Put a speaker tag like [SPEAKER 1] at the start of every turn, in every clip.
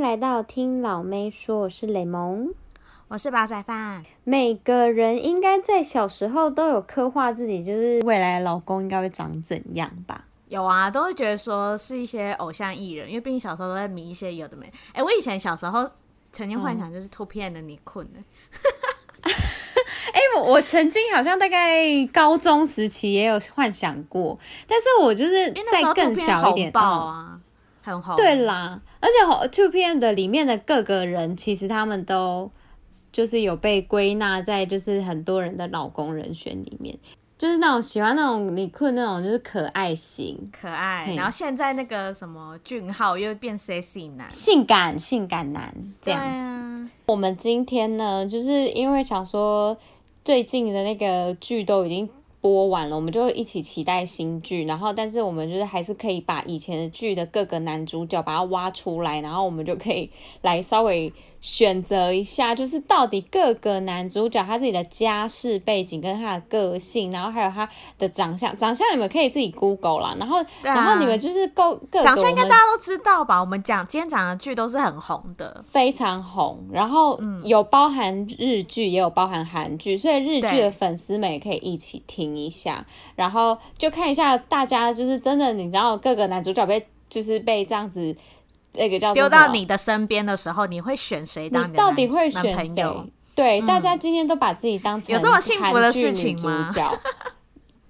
[SPEAKER 1] 来到听老妹说，我是雷蒙。
[SPEAKER 2] 我是煲仔饭，
[SPEAKER 1] 每个人应该在小时候都有刻画自己，就是未来老公应该会长怎样吧？
[SPEAKER 2] 有啊，都会觉得说是一些偶像艺人，因为毕竟小时候都在迷一些有的没。哎、我以前小时候曾经幻
[SPEAKER 1] 嗯
[SPEAKER 2] 想就是图片的你困的，
[SPEAKER 1] 哎、我我曾经好像大概高中时期也有幻想过，但是我就是
[SPEAKER 2] 因为那
[SPEAKER 1] 再
[SPEAKER 2] 时候图
[SPEAKER 1] 更
[SPEAKER 2] 片
[SPEAKER 1] 小一
[SPEAKER 2] 红
[SPEAKER 1] 点
[SPEAKER 2] 爆
[SPEAKER 1] 嗯
[SPEAKER 2] 啊，很红。
[SPEAKER 1] 对啦，而且 Two PM 的里面的各个人，其实他们都就是有被归纳在就是很多人的老公人选里面，就是那种喜欢那种你困那种就是可爱型、
[SPEAKER 2] 可爱
[SPEAKER 1] 嘿，
[SPEAKER 2] 然后现在那个什么俊浩又变 sexy 男，
[SPEAKER 1] 性感性感男这
[SPEAKER 2] 对
[SPEAKER 1] 样。
[SPEAKER 2] 啊，
[SPEAKER 1] 我们今天呢，就是因为想说最近的那个剧都已经播完了，我们就一起期待新剧。然后，但是我们就是还是可以把以前的剧的各个男主角把它挖出来，然后我们就可以来稍微选择一下，就是到底各个男主角他自己的家世背景跟他的个性，然后还有他的长相，长相你们可以自己 Google 啦。然后，
[SPEAKER 2] 对啊
[SPEAKER 1] 然后你们就是够各个
[SPEAKER 2] 长相应
[SPEAKER 1] 我
[SPEAKER 2] 该
[SPEAKER 1] 们
[SPEAKER 2] 大家都知道吧？我们讲今天讲的剧都是很红的，
[SPEAKER 1] 非常红，然后
[SPEAKER 2] 嗯
[SPEAKER 1] 有包含日剧，也有包含韩剧，所以日剧
[SPEAKER 2] 对
[SPEAKER 1] 的粉丝们也可以一起听一下，然后就看一下大家就是真的，你知道各个男主角被就是被这样子那个叫做
[SPEAKER 2] 丢
[SPEAKER 1] 什
[SPEAKER 2] 到
[SPEAKER 1] 么
[SPEAKER 2] 你的身边的时候，你会选谁当
[SPEAKER 1] 你
[SPEAKER 2] 你的
[SPEAKER 1] 到
[SPEAKER 2] 男
[SPEAKER 1] 底会
[SPEAKER 2] 男
[SPEAKER 1] 选
[SPEAKER 2] 朋
[SPEAKER 1] 谁
[SPEAKER 2] 友？？嗯
[SPEAKER 1] 对，大家今天都把自己当成
[SPEAKER 2] 有这么幸福的事情吗
[SPEAKER 1] 韩剧女主角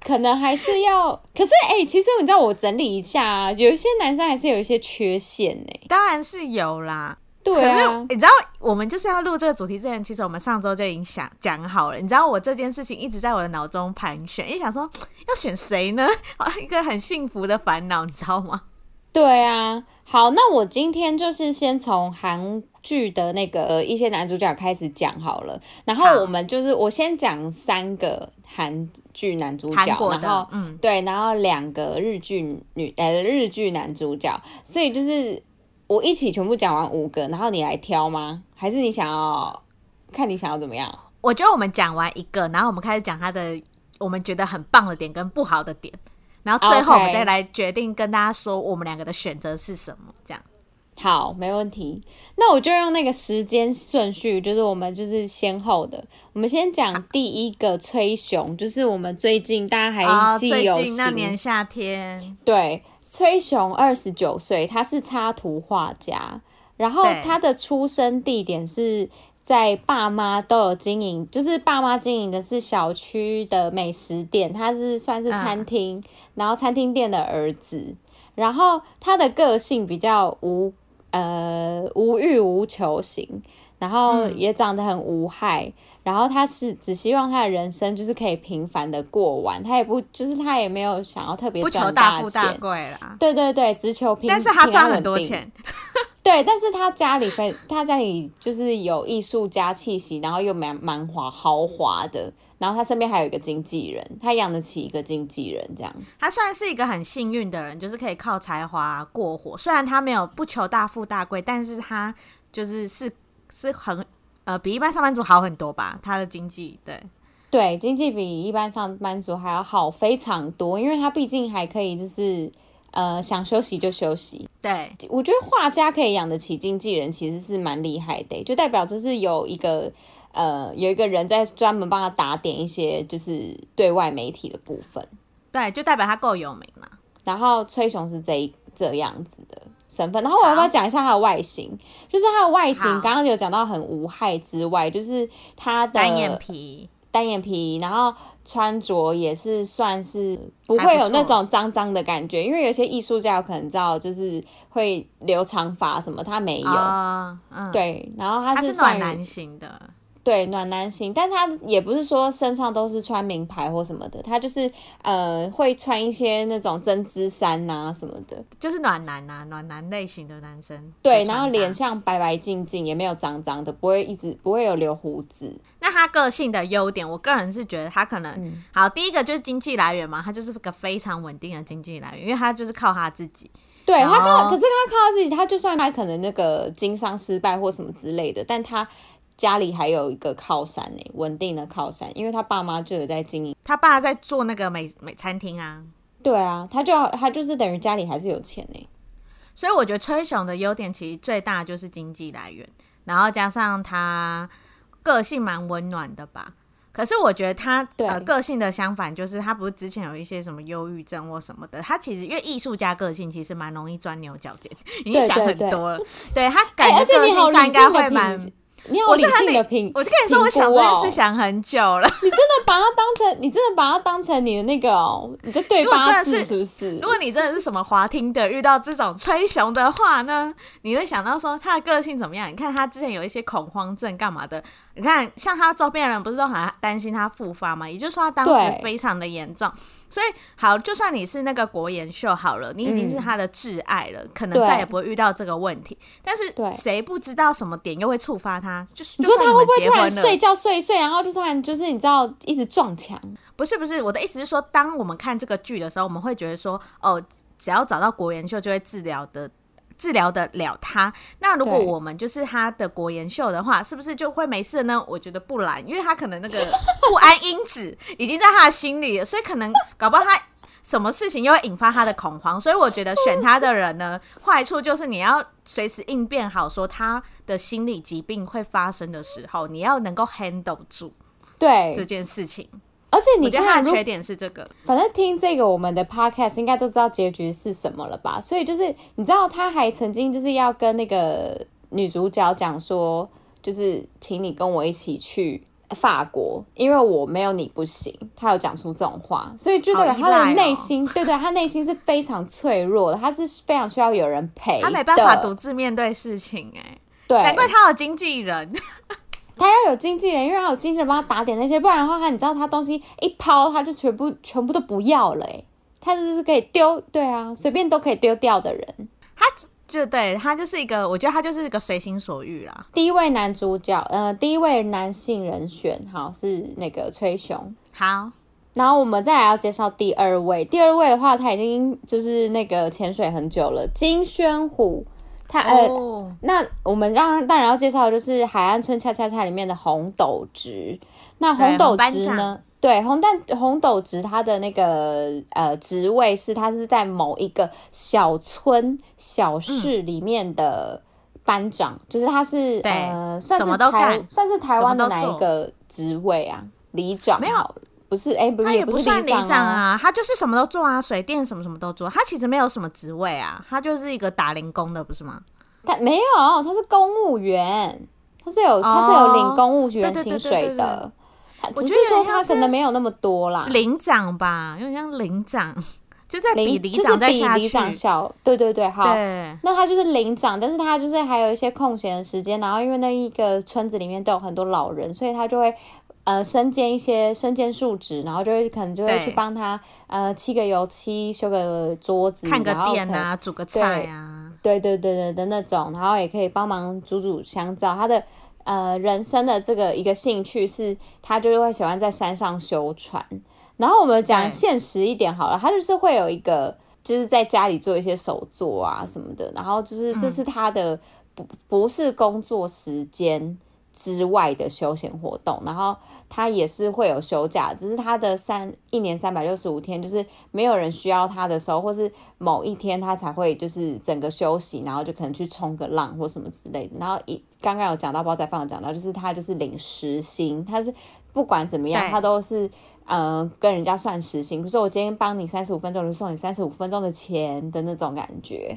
[SPEAKER 1] 可能还是要，可是哎、其实你知道，我整理一下、啊，有一些男生还是有一些缺陷呢、
[SPEAKER 2] 当然是有啦，
[SPEAKER 1] 对
[SPEAKER 2] 可
[SPEAKER 1] 啊
[SPEAKER 2] 是，你知道，我们就是要录这个主题之前，其实我们上周就已经想讲好了。你知道，我这件事情一直在我的脑中盘旋，一直想说要选谁呢？ 一个很幸福的烦恼，你知道吗？
[SPEAKER 1] 对啊，好，那我今天就是先从韩剧的那个、呃一些男主角开始讲好了，然后
[SPEAKER 2] 好
[SPEAKER 1] 我们就是我先讲三个韩剧男主角，
[SPEAKER 2] 韩国
[SPEAKER 1] 然后
[SPEAKER 2] 的，嗯，
[SPEAKER 1] 对，然后两个日剧女呃日剧男主角，所以就是我一起全部讲完五个，然后你来挑吗？还是你想要看你想要怎么样？
[SPEAKER 2] 我觉得我们讲完一个，然后我们开始讲他的我们觉得很棒的点跟不好的点，然后最后
[SPEAKER 1] OK
[SPEAKER 2] 我们再来决定跟大家说我们两个的选择是什么。这样，
[SPEAKER 1] 好，没问题。那我就用那个时间顺序，就是我们就是先后的。我们先讲第一个崔雄，就是我们最近大家
[SPEAKER 2] 啊、
[SPEAKER 1] 还记
[SPEAKER 2] 最
[SPEAKER 1] 有
[SPEAKER 2] 近那
[SPEAKER 1] 形
[SPEAKER 2] 年夏天，
[SPEAKER 1] 对，崔雄二十九岁，他是插图画家，然后
[SPEAKER 2] 对
[SPEAKER 1] 他的出生地点是在爸妈都有经营，就是爸妈经营的是小区的美食店，他是算是
[SPEAKER 2] 嗯
[SPEAKER 1] 餐厅，然后餐厅店的儿子，然后他的个性比较无呃无欲无求型，然后
[SPEAKER 2] 嗯
[SPEAKER 1] 也长得很无害，然后他是只希望他的人生就是可以平凡的过完，他也不就是他也没有想要特别
[SPEAKER 2] 不求
[SPEAKER 1] 赚
[SPEAKER 2] 大富
[SPEAKER 1] 钱，
[SPEAKER 2] 大贵啦，
[SPEAKER 1] 对对对，只求平，
[SPEAKER 2] 但是
[SPEAKER 1] 平
[SPEAKER 2] 他
[SPEAKER 1] 安
[SPEAKER 2] 赚很
[SPEAKER 1] 稳
[SPEAKER 2] 多
[SPEAKER 1] 定
[SPEAKER 2] 钱，
[SPEAKER 1] 对，但是他家里非他家里就是有艺术家气息，然后又蛮蛮华豪华的，然后他身边还有一个经纪人，他养得起一个经纪人这样子。
[SPEAKER 2] 他算是一个很幸运的人，就是可以靠才华过活。虽然他没有不求大富大贵，但是他就是是是很呃比一般上班族好很多吧。他的经济对
[SPEAKER 1] 对，经济比一般上班族还要好非常多，因为他毕竟还可以就是呃想休息就休息，
[SPEAKER 2] 对
[SPEAKER 1] 我觉得画家可以养得起经纪人，其实是蛮厉害的欸、就代表就是有一个呃有一个人在专门帮他打点一些就是对外媒体的部分。
[SPEAKER 2] 对，就代表他够有名了。
[SPEAKER 1] 然后崔雄是这一这样子的身份。然后我要不要
[SPEAKER 2] 好
[SPEAKER 1] 讲一下他的外形？就是他的外形，
[SPEAKER 2] 好
[SPEAKER 1] 刚刚有讲到很无害之外，就是他的
[SPEAKER 2] 单眼皮，
[SPEAKER 1] 单眼皮，然后穿着也是算是不
[SPEAKER 2] 还
[SPEAKER 1] 会
[SPEAKER 2] 不
[SPEAKER 1] 有那
[SPEAKER 2] 错
[SPEAKER 1] 种脏脏的感觉，因为有些艺术家有可能知道就是会留长发什么，他没有。
[SPEAKER 2] 啊，嗯，，
[SPEAKER 1] 对，然后他
[SPEAKER 2] 他
[SPEAKER 1] 是
[SPEAKER 2] 是
[SPEAKER 1] 算
[SPEAKER 2] 暖男型的，
[SPEAKER 1] 对暖男型，但他也不是说身上都是穿名牌或什么的，他就是呃会穿一些那种针织衫呐、什么的，
[SPEAKER 2] 就是暖男呐、暖男类型的男生。
[SPEAKER 1] 对，
[SPEAKER 2] 的
[SPEAKER 1] 然
[SPEAKER 2] 穿搭
[SPEAKER 1] 后脸。像白白净净，也没有脏脏的，不会一直不会有留胡子，
[SPEAKER 2] 那他个性的优点，我个人是觉得他可能、
[SPEAKER 1] 嗯
[SPEAKER 2] 好，第一个就是经济来源嘛，他就是个非常稳定的经济来源，因为他就是靠他自己。
[SPEAKER 1] 对他靠，
[SPEAKER 2] 哦
[SPEAKER 1] 可是他靠他自己，他就算他可能那个经商失败或什么之类的，但他家里还有一个靠山呢、稳定的靠山，因为他爸妈就有在经营。
[SPEAKER 2] 他爸在做那个美美餐厅啊，
[SPEAKER 1] 对啊，他就他就是等于家里还是有钱呢、
[SPEAKER 2] 所以我觉得崔雄的优点其实最大就是经济来源，然后加上他个性蛮温暖的吧。可是我觉得他
[SPEAKER 1] 对
[SPEAKER 2] 呃个性的相反，就是他不是之前有一些什么忧郁症或什么的，他其实因为艺术家个性其实蛮容易钻牛角尖， 已经
[SPEAKER 1] 对
[SPEAKER 2] 想
[SPEAKER 1] 对
[SPEAKER 2] 很
[SPEAKER 1] 对
[SPEAKER 2] 多了。对他感
[SPEAKER 1] 哎而
[SPEAKER 2] 觉
[SPEAKER 1] 且
[SPEAKER 2] 个
[SPEAKER 1] 你好
[SPEAKER 2] 性上
[SPEAKER 1] 理
[SPEAKER 2] 应该
[SPEAKER 1] 性
[SPEAKER 2] 会
[SPEAKER 1] 的
[SPEAKER 2] 蛮，
[SPEAKER 1] 评，你好
[SPEAKER 2] 我是
[SPEAKER 1] 理
[SPEAKER 2] 很
[SPEAKER 1] 性
[SPEAKER 2] 理
[SPEAKER 1] 的评，
[SPEAKER 2] 我就跟你说，我想这
[SPEAKER 1] 评估
[SPEAKER 2] 件
[SPEAKER 1] 哦
[SPEAKER 2] 事想很久了。
[SPEAKER 1] 你真的把它当成，你真的把它当成你的那个哦，你在对
[SPEAKER 2] 如果真
[SPEAKER 1] 八
[SPEAKER 2] 的
[SPEAKER 1] 字
[SPEAKER 2] 是
[SPEAKER 1] 是不是
[SPEAKER 2] 如？果你真的是什么滑听的，遇到这种吹熊的话呢，你会想到说他的个性怎么样？你看他之前有一些恐慌症干嘛的，你看像他周边的人不是都很担心他复发嘛？也就是说他当时
[SPEAKER 1] 对
[SPEAKER 2] 非常的严重。所以好，就算你是那个国研秀好了，你已经是他的挚爱了，可能
[SPEAKER 1] 对
[SPEAKER 2] 再也不会遇到这个问题。但是
[SPEAKER 1] 嗯对
[SPEAKER 2] 谁不知道什么点又会触发他？就是
[SPEAKER 1] 你
[SPEAKER 2] 就
[SPEAKER 1] 说
[SPEAKER 2] 算
[SPEAKER 1] 他会
[SPEAKER 2] 们
[SPEAKER 1] 不会
[SPEAKER 2] 结
[SPEAKER 1] 突然
[SPEAKER 2] 婚了，
[SPEAKER 1] 睡觉睡一睡，然后就突然就是你知道一直撞墙？
[SPEAKER 2] 不是不是，我的意思是说，当我们看这个剧的时候，我们会觉得说，哦，只要找到国研秀就会治疗的。治疗得了他，那如果
[SPEAKER 1] 对
[SPEAKER 2] 我们就是他的国研秀的话，是不是就会没事呢？我觉得不然，因为他可能那个不安因子已经在他的心里了，所以可能搞不好他什么事情又会引发他的恐慌。所以我觉得选他的人呢，坏处就是你要随时应变好，说他的心理疾病会发生的时候，你要能够 handle 住
[SPEAKER 1] 对，
[SPEAKER 2] 这件事情。
[SPEAKER 1] 而且
[SPEAKER 2] 我
[SPEAKER 1] 你
[SPEAKER 2] 觉得他
[SPEAKER 1] 看，
[SPEAKER 2] 的
[SPEAKER 1] 如
[SPEAKER 2] 缺点是这个，
[SPEAKER 1] 反正听这个我们的 podcast 应该都知道结局是什么了吧？所以就是你知道他还曾经就是要跟那个女主角讲说，就是请你跟我一起去法国，因为我没有你不行。他有讲出这种话，所以就代表
[SPEAKER 2] 好依
[SPEAKER 1] 他
[SPEAKER 2] 赖哦
[SPEAKER 1] 的内心，对对，他内心是非常脆弱的，他是非常需要有人陪，
[SPEAKER 2] 他没办法独，自面对事情、
[SPEAKER 1] 对
[SPEAKER 2] 哎，，难怪他有经纪人，
[SPEAKER 1] 他要有经纪人，因为他有经纪人帮他打点那些，不然的话，他你知道他东西一抛，他就全部全部都不要了、欸，他就是可以丢，对啊，随便都可以丢掉的人。
[SPEAKER 2] 就对他就是一个，我觉得他就是一个随心所欲啦。
[SPEAKER 1] 第一位男主角，呃，第一位男性人选，好是那个崔雄。
[SPEAKER 2] 好，
[SPEAKER 1] 然后我们再来要介绍第二位，第二位的话，他已经就是那个潜水很久了，金宣虎，他呃。
[SPEAKER 2] 哦，
[SPEAKER 1] 那我们让当然要介绍的就是《海岸村恰恰恰》里面的红斗值。那红斗
[SPEAKER 2] 对
[SPEAKER 1] 值
[SPEAKER 2] 红班
[SPEAKER 1] 呢
[SPEAKER 2] 长？
[SPEAKER 1] 对，红蛋红斗值它的那个呃职位是它是在某一个小村小市里面的班长，就是他是
[SPEAKER 2] 对
[SPEAKER 1] 呃算
[SPEAKER 2] 什么
[SPEAKER 1] 是
[SPEAKER 2] 都
[SPEAKER 1] 台
[SPEAKER 2] 干
[SPEAKER 1] 算是台湾的
[SPEAKER 2] 什么
[SPEAKER 1] 哪
[SPEAKER 2] 都
[SPEAKER 1] 一
[SPEAKER 2] 做
[SPEAKER 1] 个职位啊？里长
[SPEAKER 2] 没有
[SPEAKER 1] 好了，不是哎、不
[SPEAKER 2] 他
[SPEAKER 1] 是
[SPEAKER 2] 也
[SPEAKER 1] 不
[SPEAKER 2] 不
[SPEAKER 1] 是
[SPEAKER 2] 算里
[SPEAKER 1] 长
[SPEAKER 2] 长啊，他就是什么都做啊，水电什么什么都做，他其实没有什么职位啊，他就是一个打零工的，不是吗？
[SPEAKER 1] 他没有，他是公务员，他是有他是有领公务员
[SPEAKER 2] 哦对对
[SPEAKER 1] 薪
[SPEAKER 2] 对
[SPEAKER 1] 水
[SPEAKER 2] 对
[SPEAKER 1] 的，他
[SPEAKER 2] 我
[SPEAKER 1] 只是
[SPEAKER 2] 觉得
[SPEAKER 1] 说
[SPEAKER 2] 有点像
[SPEAKER 1] 他可
[SPEAKER 2] 是
[SPEAKER 1] 能没有那么多啦。
[SPEAKER 2] 领长吧，有点像领长，就在比里
[SPEAKER 1] 就是
[SPEAKER 2] 长再
[SPEAKER 1] 比
[SPEAKER 2] 下
[SPEAKER 1] 里
[SPEAKER 2] 去，
[SPEAKER 1] 长哦小，对对对，好。
[SPEAKER 2] 对，
[SPEAKER 1] 那他就是领长，但是他就是还有一些空闲的时间，然后因为那一个村子里面都有很多老人，所以他就会呃身兼一些身兼数职，然后就会可能就会
[SPEAKER 2] 对
[SPEAKER 1] 去帮他呃漆个油漆、修个桌子、
[SPEAKER 2] 看个
[SPEAKER 1] 嗯然后
[SPEAKER 2] 店
[SPEAKER 1] 可能
[SPEAKER 2] 啊，煮个菜啊，
[SPEAKER 1] 对对对对的那种，然后也可以帮忙煮煮香皂。他的呃人生的这个一个兴趣是，他就是会喜欢在山上修船。然后我们
[SPEAKER 2] 对
[SPEAKER 1] 讲现实一点好了，他就是会有一个就是在家里做一些手作啊什么的，然后就是这是他的不不是工作时间之外的休闲活动，然后他也是会有休假，只是他的三一年三百六十五天，就是没有人需要他的时候，或是某一天他才会就是整个休息，然后就可能去冲个浪或什么之类的。然后一刚刚有讲到煲仔饭有讲到，就是他就是领时薪，他是不管怎么样，
[SPEAKER 2] 对
[SPEAKER 1] 他都是呃跟人家算时薪。比如说我今天帮你三十五分钟，我就送你三十五分钟的钱的那种感觉。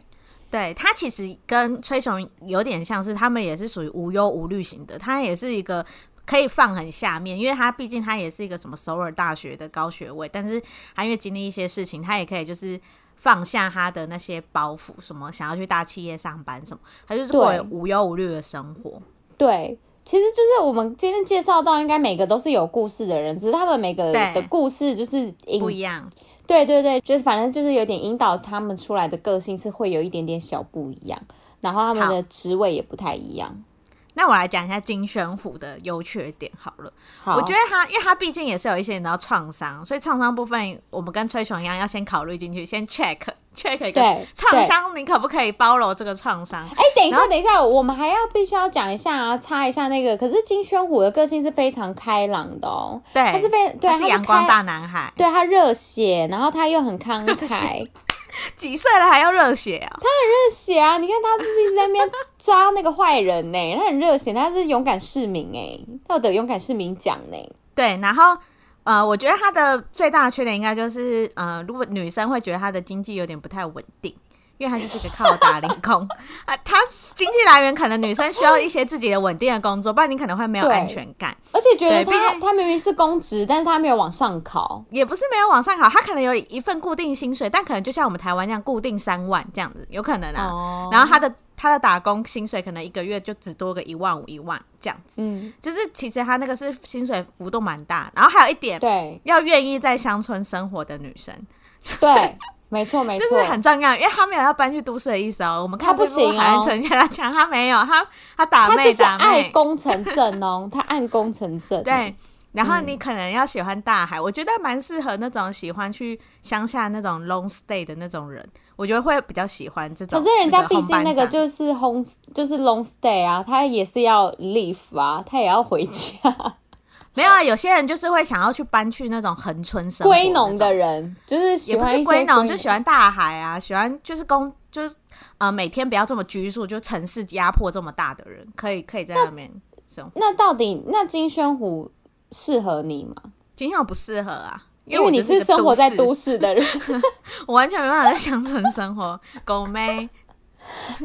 [SPEAKER 2] 对他其实跟崔雄有点像是，他们也是属于无忧无虑型的，他也是一个。可以放很下面，因为他毕竟他也是一个什么首尔大学的高学位，但是他因为经历一些事情，他也可以就是放下他的那些包袱，什么想要去大企业上班什么，他就是过
[SPEAKER 1] 对
[SPEAKER 2] 无忧无虑的生活。
[SPEAKER 1] 对，其实就是我们今天介绍到，应该每个都是有故事的人，只是他们每个
[SPEAKER 2] 对
[SPEAKER 1] 的故事就是引
[SPEAKER 2] 不一样，
[SPEAKER 1] 对对对，就是反正就是有点引导他们出来的个性是会有一点点小不一样，然后他们的职位也不太一样。
[SPEAKER 2] 那我来讲一下金宣虎的优缺点好了。
[SPEAKER 1] 好，
[SPEAKER 2] 我觉得他，因为他毕竟也是有一些你知道创伤，所以创伤部分我们跟崔雄一样要先考虑进去，先 check check 一个
[SPEAKER 1] 对
[SPEAKER 2] 创伤，你可不可以包容这个创伤？
[SPEAKER 1] 哎，等一
[SPEAKER 2] 然
[SPEAKER 1] 下，等一下，我们还要必须要讲一下啊，插一下那个。可是金宣虎的个性是非常开朗的哦，
[SPEAKER 2] 对，
[SPEAKER 1] 他是非对
[SPEAKER 2] 哎他
[SPEAKER 1] 他
[SPEAKER 2] 是
[SPEAKER 1] 是
[SPEAKER 2] 阳光
[SPEAKER 1] 开
[SPEAKER 2] 大男孩，
[SPEAKER 1] 对他热血，然后他又很慷慨，
[SPEAKER 2] 几岁了还要热血啊？
[SPEAKER 1] 热血啊！你看他就是一直在那边抓那个坏人呢、他很热血，他是勇敢市民哎、他有得勇敢市民奖呢、
[SPEAKER 2] 对，然后呃，我觉得他的最大的缺点应该就是，呃，如果女生会觉得他的经济有点不太稳定，因为他就是个靠打零工 啊，他经济来源可能女生需要一些自己的稳定的工作，不然你可能会没有
[SPEAKER 1] 对
[SPEAKER 2] 安全感。
[SPEAKER 1] 而且觉得
[SPEAKER 2] 对毕
[SPEAKER 1] 他
[SPEAKER 2] 竟
[SPEAKER 1] 他明明是公职，但是他没有往上考，
[SPEAKER 2] 也不是没有往上考，他可能有一份固定薪水，但可能就像我们台湾那样固定三万这样子，有可能啊。
[SPEAKER 1] 哦
[SPEAKER 2] 然后他的他的打工薪水可能一个月就只多个一万五一万这样子，
[SPEAKER 1] 嗯，
[SPEAKER 2] 就是其实他那个是薪水浮动蛮大。然后还有一点，
[SPEAKER 1] 对
[SPEAKER 2] 要愿意在乡村生活的女生，
[SPEAKER 1] 对，没错没
[SPEAKER 2] 这
[SPEAKER 1] 错，
[SPEAKER 2] 是很重要，因为他没有要搬去都市的意思哦。我们看
[SPEAKER 1] 他不
[SPEAKER 2] 这部
[SPEAKER 1] 行哦
[SPEAKER 2] 海岸城墙，他讲他没有，他他打
[SPEAKER 1] 他就
[SPEAKER 2] 妹
[SPEAKER 1] 是
[SPEAKER 2] 打
[SPEAKER 1] 爱
[SPEAKER 2] 妹，
[SPEAKER 1] 工程正哦，他按工程正，
[SPEAKER 2] 对。然后你可能要喜欢大海，我觉得蛮适合那种喜欢去乡下那种 long stay 的那种人，我觉得会比较喜欢这种。
[SPEAKER 1] 可是人家
[SPEAKER 2] 那个
[SPEAKER 1] 毕
[SPEAKER 2] 红
[SPEAKER 1] 竟
[SPEAKER 2] 班
[SPEAKER 1] 那个
[SPEAKER 2] 长
[SPEAKER 1] 就是 home 就是 long stay 啊，他也是要 leave 啊，他也要回家，
[SPEAKER 2] 没有啊，有些人就是会想要去搬去那种恒春生活
[SPEAKER 1] 归农的
[SPEAKER 2] 那种，
[SPEAKER 1] 人就是喜
[SPEAKER 2] 也不
[SPEAKER 1] 欢
[SPEAKER 2] 是
[SPEAKER 1] 一些
[SPEAKER 2] 归农，就喜欢大海啊，喜欢就是工就是呃每天不要这么拘束，就城市压迫这么大的人，可以可以在那边生活。
[SPEAKER 1] 那到底那金宣虎适合你吗？
[SPEAKER 2] 金秀不适合啊，
[SPEAKER 1] 因
[SPEAKER 2] 为我
[SPEAKER 1] 为你
[SPEAKER 2] 就是
[SPEAKER 1] 生活在都
[SPEAKER 2] 都市，
[SPEAKER 1] 市的人。
[SPEAKER 2] 我完全没办法在乡村生活，狗妹。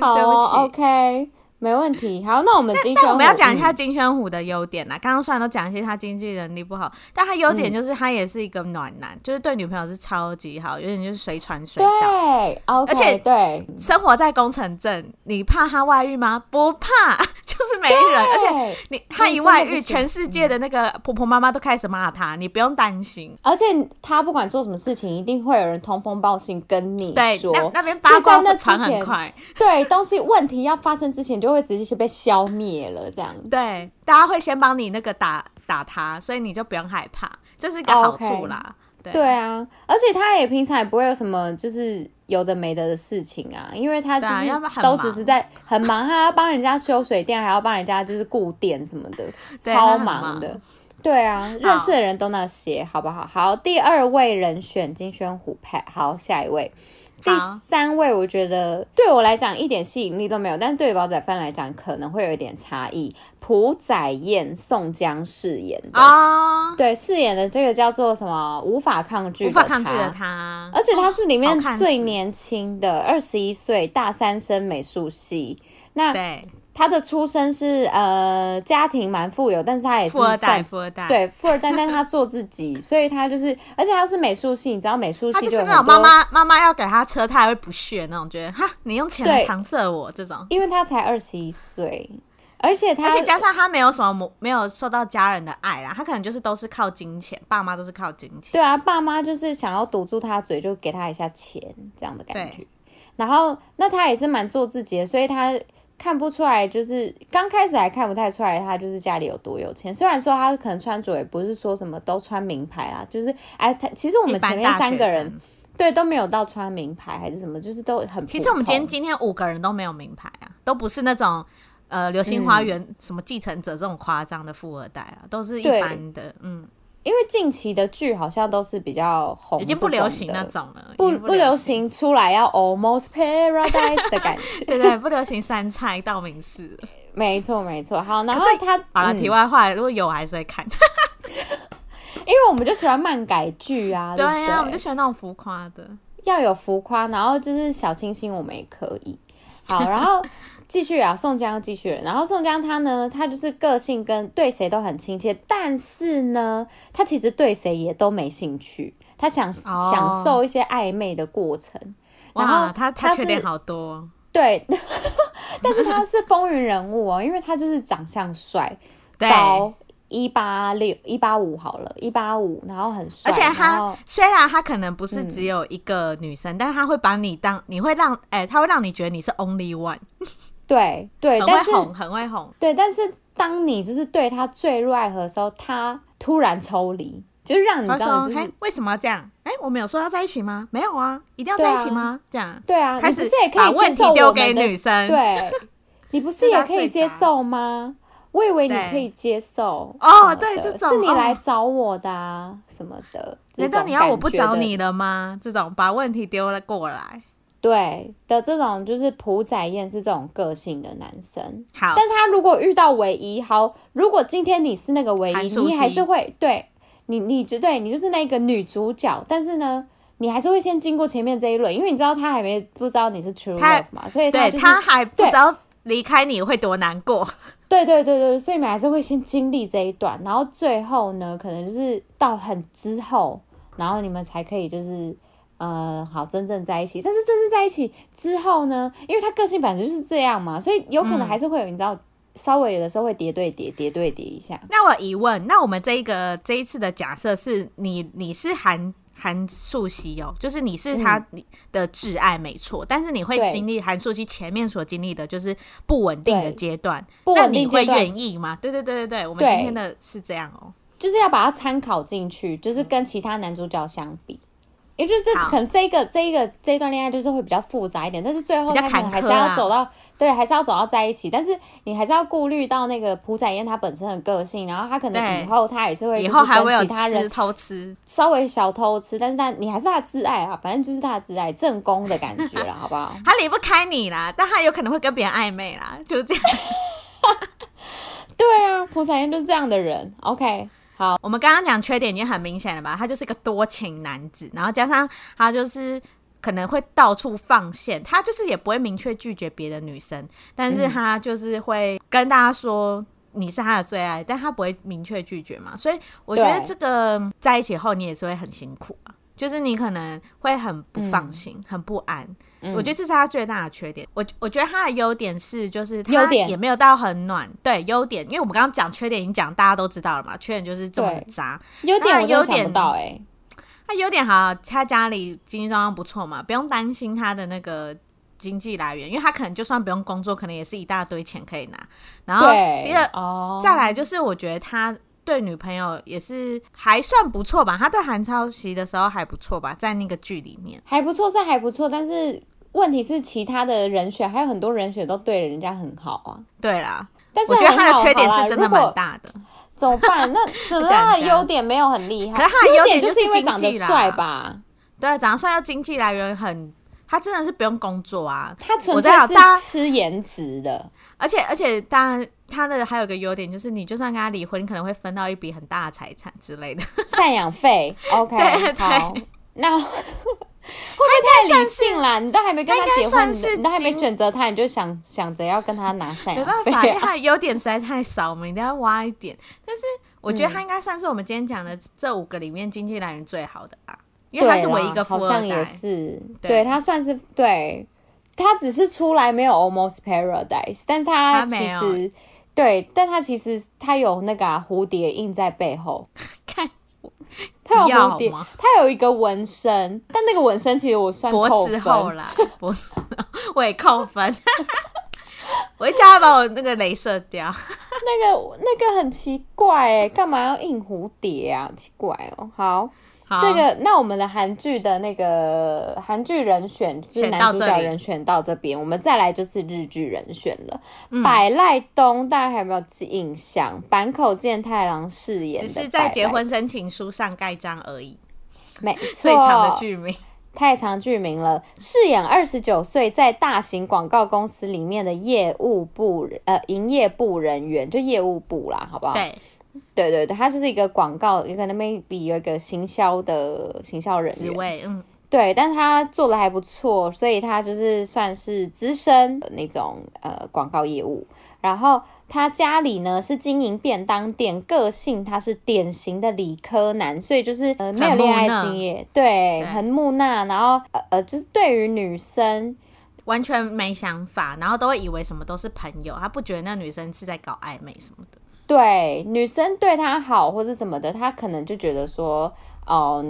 [SPEAKER 1] 好、
[SPEAKER 2] 对不起
[SPEAKER 1] 哦、，OK，没问题。好，那我们金宣虎，
[SPEAKER 2] 但我们要讲一下
[SPEAKER 1] 嗯
[SPEAKER 2] 金宣虎的优点啊啦。刚刚虽然都讲一些他经济能力不好，但他优
[SPEAKER 1] 嗯
[SPEAKER 2] 点就是他也是一个暖男，就是对女朋友是超级好，有点就是随传随到。
[SPEAKER 1] 对，OK，
[SPEAKER 2] 而且
[SPEAKER 1] 对，
[SPEAKER 2] 生活在工程镇，你怕他外遇吗？不怕， 就是没人。而且
[SPEAKER 1] 对
[SPEAKER 2] 你他一
[SPEAKER 1] 真的
[SPEAKER 2] 外
[SPEAKER 1] 不
[SPEAKER 2] 遇，
[SPEAKER 1] 行
[SPEAKER 2] 全世界的那个婆婆妈妈都开始骂他，你不用担心。
[SPEAKER 1] 而且他不管做什么事情，一定会有人通风报信跟你
[SPEAKER 2] 对，
[SPEAKER 1] 说。
[SPEAKER 2] 那那边
[SPEAKER 1] 所
[SPEAKER 2] 八卦
[SPEAKER 1] 以在那
[SPEAKER 2] 会传
[SPEAKER 1] 之
[SPEAKER 2] 很
[SPEAKER 1] 前
[SPEAKER 2] 快，
[SPEAKER 1] 对，东西问题要发生之前，就会直接就被消灭了，这样。
[SPEAKER 2] 对，大家会先帮你那个打打他，所以你就不用害怕，这是一个好处啦。
[SPEAKER 1] 哦
[SPEAKER 2] 对
[SPEAKER 1] 对啊，而且他也平常也不会有什么就是有的没的的事情啊，因为他就
[SPEAKER 2] 对啊要不然
[SPEAKER 1] 是
[SPEAKER 2] 很
[SPEAKER 1] 都
[SPEAKER 2] 忙
[SPEAKER 1] 只是在很忙，他要帮人家修水电，还要帮人家就是顾店什么的，
[SPEAKER 2] 对
[SPEAKER 1] 超
[SPEAKER 2] 他很
[SPEAKER 1] 忙
[SPEAKER 2] 忙
[SPEAKER 1] 的。对啊，认识的人都那些，好不好？好，第二位人选金宣虎派，好，下一位。第
[SPEAKER 2] 好
[SPEAKER 1] 三位，我觉得对我来讲一点吸引力都没有，但是对于煲仔饭来讲可能会有一点差异。朴宰彦、宋江饰演的，
[SPEAKER 2] 啊、
[SPEAKER 1] 对，饰演的这个叫做什么？无法抗拒，
[SPEAKER 2] 无法抗拒的。他，哦
[SPEAKER 1] 而且他是里面
[SPEAKER 2] 好看死
[SPEAKER 1] 最年轻的，二十一岁，大三生美术系。那
[SPEAKER 2] 对
[SPEAKER 1] 他的出身是呃家庭蛮富有，但是他也是
[SPEAKER 2] 富二代，
[SPEAKER 1] 算
[SPEAKER 2] 富二代，，
[SPEAKER 1] 对富二代，但他做自己，所以他就是，而且他是美术系，你知道美术
[SPEAKER 2] 他
[SPEAKER 1] 系
[SPEAKER 2] 就
[SPEAKER 1] 有
[SPEAKER 2] 是
[SPEAKER 1] 很多
[SPEAKER 2] 那种妈妈妈妈要给他车，他还会不屑那种，觉得哈你用钱来
[SPEAKER 1] 对
[SPEAKER 2] 搪塞我这种。
[SPEAKER 1] 因为他才二十一岁，而且他
[SPEAKER 2] 而且加上他没有什么母没有受到家人的爱啦，他可能就是都是靠金钱，爸妈都是靠金钱。
[SPEAKER 1] 对啊，爸妈就是想要堵住他的嘴，就给他一下钱这样的感觉
[SPEAKER 2] 对。
[SPEAKER 1] 然后，那他也是蛮做自己的，所以他看不出来，就是刚开始还看不太出来他就是家里有多有钱。虽然说他可能穿着也不是说什么都穿名牌啦，就是哎，他其实我
[SPEAKER 2] 一
[SPEAKER 1] 们前
[SPEAKER 2] 般
[SPEAKER 1] 面
[SPEAKER 2] 大
[SPEAKER 1] 三
[SPEAKER 2] 学
[SPEAKER 1] 个人
[SPEAKER 2] 生，
[SPEAKER 1] 对都没有到穿名牌还是什么，就是都很普
[SPEAKER 2] 其实我们今天
[SPEAKER 1] 通
[SPEAKER 2] 今天五个人都没有名牌啊，都不是那种呃流星花园、什么继承者这种夸张的富二代啊，都是一
[SPEAKER 1] 对
[SPEAKER 2] 般的，嗯，
[SPEAKER 1] 因为近期的剧好像都是比较红，
[SPEAKER 2] 已经不流行那。种了，已
[SPEAKER 1] 不
[SPEAKER 2] 经
[SPEAKER 1] 不流。行出来要 almost paradise 的感觉，
[SPEAKER 2] 对对，不流行三菜道明寺。
[SPEAKER 1] 没错没错。好，然
[SPEAKER 2] 可
[SPEAKER 1] 后
[SPEAKER 2] 是
[SPEAKER 1] 他
[SPEAKER 2] 好
[SPEAKER 1] 嗯啊
[SPEAKER 2] 了，题外话，如果有还是 会看。
[SPEAKER 1] 因为我们就喜欢漫改剧啊，
[SPEAKER 2] 对
[SPEAKER 1] 不
[SPEAKER 2] 呀、
[SPEAKER 1] 对
[SPEAKER 2] 我们就喜欢那种浮夸的。
[SPEAKER 1] 要有浮夸，然后就是小清新，我们也可以。 好，然后继续啊，宋江继续了。然后宋江他呢，他就是个性跟对谁都很亲切，但是呢，他其实对谁也都没兴趣，他想、
[SPEAKER 2] 哦
[SPEAKER 1] 享受一些暧昧的过程。然后
[SPEAKER 2] 哇，他
[SPEAKER 1] 他
[SPEAKER 2] 他
[SPEAKER 1] 是
[SPEAKER 2] 缺点好多，
[SPEAKER 1] 对， 但是他是风云人物哦，因为他就是长相帅，
[SPEAKER 2] 对。
[SPEAKER 1] 高一八六一八五好了，一八五，然后很帅，
[SPEAKER 2] 而且
[SPEAKER 1] 然
[SPEAKER 2] 他
[SPEAKER 1] 后嗯
[SPEAKER 2] 虽然他可能不是只有一个女生，但是他会把你当，你会让，哎、他会让你觉得你是 only one，
[SPEAKER 1] 对对，
[SPEAKER 2] 很
[SPEAKER 1] 但
[SPEAKER 2] 会
[SPEAKER 1] 是
[SPEAKER 2] 哄，很会哄。
[SPEAKER 1] 对，但是当你就是对他最热爱河的时候，他突然抽离，就是让你
[SPEAKER 2] 他
[SPEAKER 1] 知道
[SPEAKER 2] 说
[SPEAKER 1] 嗯你：“就
[SPEAKER 2] 哎
[SPEAKER 1] 是，
[SPEAKER 2] 为什么要这样？哎、我们有说要在一起吗？没有啊，一定要在一起吗？这样
[SPEAKER 1] 对啊，
[SPEAKER 2] 开
[SPEAKER 1] 你不
[SPEAKER 2] 始
[SPEAKER 1] 是也可
[SPEAKER 2] 把
[SPEAKER 1] 以接
[SPEAKER 2] 问题
[SPEAKER 1] 受
[SPEAKER 2] 丢
[SPEAKER 1] 我
[SPEAKER 2] 给
[SPEAKER 1] 们的
[SPEAKER 2] 女生，
[SPEAKER 1] 对，你不是也可以接受吗？我以为你
[SPEAKER 2] 对
[SPEAKER 1] 可以接受
[SPEAKER 2] 哦
[SPEAKER 1] 什么的
[SPEAKER 2] 对这种
[SPEAKER 1] 是你
[SPEAKER 2] 哦
[SPEAKER 1] 来找我的啊，什么的。
[SPEAKER 2] 难
[SPEAKER 1] 这
[SPEAKER 2] 道
[SPEAKER 1] 种
[SPEAKER 2] 你要我
[SPEAKER 1] 感
[SPEAKER 2] 不
[SPEAKER 1] 觉
[SPEAKER 2] 找
[SPEAKER 1] 的
[SPEAKER 2] 你了吗？这种把问题丢了过来，
[SPEAKER 1] 对的这种就是朴宰彦是这种个性的男生，
[SPEAKER 2] 好，
[SPEAKER 1] 但他如果遇到唯一，好，如果今天你是那个唯
[SPEAKER 2] 韩
[SPEAKER 1] 一，
[SPEAKER 2] 素
[SPEAKER 1] 你还
[SPEAKER 2] 汐
[SPEAKER 1] 是会对你，你就对你就是那个女主角，但是呢，你还是会先经过前面这一轮，因为你知道他还没不知道你是 true
[SPEAKER 2] 他
[SPEAKER 1] love 嘛，所以
[SPEAKER 2] 对
[SPEAKER 1] 就是
[SPEAKER 2] 他还不
[SPEAKER 1] 对
[SPEAKER 2] 知道离开你会多难过，
[SPEAKER 1] 对对对对，所以你们还是会先经历这一段，然后最后呢，可能就是到很之后，然后你们才可以就是。呃，好，真正在一起，但是真正在一起之后呢，因为他个性本来就是这样嘛，所以有可能还是会有、你知道，稍微有的时候会叠对叠，叠对叠一下。
[SPEAKER 2] 那我疑问，那我们这一个这一次的假设是你你是韩韩素汐哦，就是你是他的挚爱没错，但是你会
[SPEAKER 1] 嗯对
[SPEAKER 2] 经历韩素汐前面所经历的就是不稳定的
[SPEAKER 1] 对
[SPEAKER 2] 阶段，
[SPEAKER 1] 不
[SPEAKER 2] 那
[SPEAKER 1] 稳
[SPEAKER 2] 你
[SPEAKER 1] 定
[SPEAKER 2] 会
[SPEAKER 1] 阶段
[SPEAKER 2] 愿意吗？对对对对对，我们今
[SPEAKER 1] 对
[SPEAKER 2] 天的是这样哦。
[SPEAKER 1] 就是要把它参考进去，就是跟其他男主角相比，也就是这
[SPEAKER 2] 嗯好
[SPEAKER 1] 可能这一个这一个这一段恋爱就是会比较复杂一点，但是最后
[SPEAKER 2] 比较
[SPEAKER 1] 他可能还是
[SPEAKER 2] 坎坷啦啊
[SPEAKER 1] 要走到对，还是要走到在一起，但是你还是要顾虑到那个朴宰彦他本身的个性，然后他可
[SPEAKER 2] 对
[SPEAKER 1] 能以后他也是会
[SPEAKER 2] 以
[SPEAKER 1] 就是
[SPEAKER 2] 后还会
[SPEAKER 1] 跟
[SPEAKER 2] 有
[SPEAKER 1] 其他
[SPEAKER 2] 吃
[SPEAKER 1] 人
[SPEAKER 2] 偷吃，
[SPEAKER 1] 稍微小偷吃，但是他你还是他的挚爱啊，反正就是他的挚爱，正宫的感觉了，好不好？
[SPEAKER 2] 他离不开你啦，但他有可能会跟别人暧昧啦，就这样。
[SPEAKER 1] 对啊，朴宰彦就是这样的人，OK，好，
[SPEAKER 2] 哦我们刚刚讲缺点已经很明显了吧？他就是一个多情男子，然后加上他就是可能会到处放线，他就是也不会明确拒绝别的女生，但
[SPEAKER 1] 嗯
[SPEAKER 2] 是他就是会跟大家说。你是他的最爱，但他不会明确拒绝嘛，所以我觉得
[SPEAKER 1] 对
[SPEAKER 2] 这个在一起后你也是会很辛苦啊，就是你可能会很不放心、很不安。
[SPEAKER 1] 嗯
[SPEAKER 2] 我觉得这是他最大的缺点。我我觉得他的优点是，就是他
[SPEAKER 1] 优点
[SPEAKER 2] 也没有到很暖，对优点，因为我们刚刚讲缺点已经讲大家都知道了嘛，缺点就是这么的
[SPEAKER 1] 对
[SPEAKER 2] 渣。
[SPEAKER 1] 优点我
[SPEAKER 2] 那优
[SPEAKER 1] 都想
[SPEAKER 2] 点
[SPEAKER 1] 不到哎、
[SPEAKER 2] 他优点好，他家里经济状况不错嘛，不用担心他的那个经济来源，因为他可能就算不用工作，可能也是一大堆钱可以拿。然后
[SPEAKER 1] 对，
[SPEAKER 2] 第二，
[SPEAKER 1] 哦，
[SPEAKER 2] 再来就是我觉得他。对女朋友也是还算不错吧，他对韩超熙的时候还不错吧，在那个剧里面，
[SPEAKER 1] 还不错是还不错，但是问题是其他的人选还有很多人选都对人家很好啊。
[SPEAKER 2] 对啦，
[SPEAKER 1] 但是
[SPEAKER 2] 我觉得
[SPEAKER 1] 很
[SPEAKER 2] 他的
[SPEAKER 1] 好
[SPEAKER 2] 缺点
[SPEAKER 1] 好啦
[SPEAKER 2] 是真的
[SPEAKER 1] 如果
[SPEAKER 2] 蛮大的。
[SPEAKER 1] 怎么 办？那怎么
[SPEAKER 2] 讲
[SPEAKER 1] 他
[SPEAKER 2] 这
[SPEAKER 1] 的
[SPEAKER 2] 样
[SPEAKER 1] 优点没有很厉害？
[SPEAKER 2] 可是他的优
[SPEAKER 1] 优
[SPEAKER 2] 点
[SPEAKER 1] 就
[SPEAKER 2] 就是
[SPEAKER 1] 因为长得
[SPEAKER 2] 经济啦
[SPEAKER 1] 帅吧？
[SPEAKER 2] 对，啊长得帅要经济来源很，他真的是不用工作啊，
[SPEAKER 1] 他
[SPEAKER 2] 我
[SPEAKER 1] 纯
[SPEAKER 2] 知
[SPEAKER 1] 粹
[SPEAKER 2] 道
[SPEAKER 1] 是
[SPEAKER 2] 大家
[SPEAKER 1] 吃颜值的，
[SPEAKER 2] 而且而且当然他的还有一个优点就是，你就算跟他离婚，你可能会分到一笔很大的财产之 类的，
[SPEAKER 1] 赡养费。OK，
[SPEAKER 2] 对对
[SPEAKER 1] 好，那会不会太理性啦？你都还没跟
[SPEAKER 2] 他
[SPEAKER 1] 他
[SPEAKER 2] 应该
[SPEAKER 1] 结
[SPEAKER 2] 算
[SPEAKER 1] 婚，你
[SPEAKER 2] 是
[SPEAKER 1] 都你都还没
[SPEAKER 2] 经
[SPEAKER 1] 选择他，你就想想着要跟他拿赡
[SPEAKER 2] 没
[SPEAKER 1] 养
[SPEAKER 2] 办
[SPEAKER 1] 费
[SPEAKER 2] 法，因为
[SPEAKER 1] 啊？
[SPEAKER 2] 他的优点实在太少，我们一定要挖一点。但是我觉得他应该算是我们今天讲的这五个里面经济来源最好的吧，因为他
[SPEAKER 1] 对
[SPEAKER 2] 是唯一
[SPEAKER 1] 啦
[SPEAKER 2] 一个富
[SPEAKER 1] 好
[SPEAKER 2] 二
[SPEAKER 1] 像也
[SPEAKER 2] 代。
[SPEAKER 1] 是，
[SPEAKER 2] 对
[SPEAKER 1] 对他算是对，他只是出来没有 Almost Paradise，但他
[SPEAKER 2] 他
[SPEAKER 1] 其
[SPEAKER 2] 没有
[SPEAKER 1] 实对，但他其实他有那个啊、蝴蝶印在背后，
[SPEAKER 2] 看
[SPEAKER 1] 他有
[SPEAKER 2] 要
[SPEAKER 1] 蝴蝶
[SPEAKER 2] 吗，
[SPEAKER 1] 他有一个纹身，但那个纹身其实我算
[SPEAKER 2] 脖
[SPEAKER 1] 扣
[SPEAKER 2] 子
[SPEAKER 1] 分，
[SPEAKER 2] 厚啦， 脖子厚啊我也扣分，我会叫他把我那个镭射掉。
[SPEAKER 1] 那个那个很奇怪哎、干嘛要印蝴蝶啊？奇怪哦，好。
[SPEAKER 2] 好，
[SPEAKER 1] 这个，那我们的韩剧的那个韩剧人选，就是
[SPEAKER 2] 选到
[SPEAKER 1] 男主
[SPEAKER 2] 这
[SPEAKER 1] 角
[SPEAKER 2] 里
[SPEAKER 1] 人选到这边，我们再来就是日剧人选了。
[SPEAKER 2] 嗯
[SPEAKER 1] 百濑东大家还有没有印象？坂口健太郎饰演
[SPEAKER 2] 只
[SPEAKER 1] 的，
[SPEAKER 2] 是在结，婚申请书上盖章而已，
[SPEAKER 1] 没错，
[SPEAKER 2] 最长的剧名。
[SPEAKER 1] 太长剧名了。饰演二十九岁在大型广告公司里面的业务部呃营业部人员，就业务部啦，好不好？
[SPEAKER 2] 对，
[SPEAKER 1] 对对对，他就是一个广告，有可能 maybe 有一个行销的行销人
[SPEAKER 2] 职
[SPEAKER 1] 员。
[SPEAKER 2] 位，嗯，
[SPEAKER 1] 对，但他做的还不错，所以他就是算是资深的那种呃广告业务。然后他家里呢是经营便当店，个性他是典型的理科男，所以就是呃没有
[SPEAKER 2] 很木
[SPEAKER 1] 恋爱
[SPEAKER 2] 讷
[SPEAKER 1] 经验，对，很木讷。然后呃呃，就是对于女生
[SPEAKER 2] 完全没想法，然后都会以为什么都是朋友，他不觉得那女生是在搞暧昧什么的。
[SPEAKER 1] 对女生对他好或是怎么的，他可能就觉得说，哦、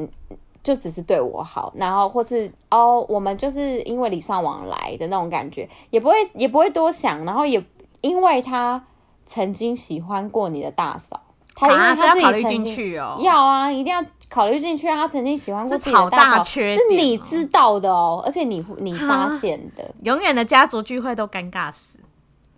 [SPEAKER 1] 就只是对我好，然后或是哦，我们就是因为礼尚往来的那种感觉，也不会也不会多想，然后也因为他曾经喜欢过你的大嫂，他哦因
[SPEAKER 2] 啊，
[SPEAKER 1] 为
[SPEAKER 2] 这要
[SPEAKER 1] 他自
[SPEAKER 2] 考
[SPEAKER 1] 己
[SPEAKER 2] 虑
[SPEAKER 1] 曾
[SPEAKER 2] 进
[SPEAKER 1] 经、
[SPEAKER 2] 去哦。
[SPEAKER 1] 要啊，一定要考虑进去啊，他曾经喜欢过
[SPEAKER 2] 这
[SPEAKER 1] 自己的
[SPEAKER 2] 好
[SPEAKER 1] 大
[SPEAKER 2] 大
[SPEAKER 1] 嫂，
[SPEAKER 2] 缺
[SPEAKER 1] 是
[SPEAKER 2] 点
[SPEAKER 1] 你
[SPEAKER 2] 哦
[SPEAKER 1] 知道的哦，而且你你发
[SPEAKER 2] 哈
[SPEAKER 1] 现的，
[SPEAKER 2] 永远的家族聚会都尴尬死，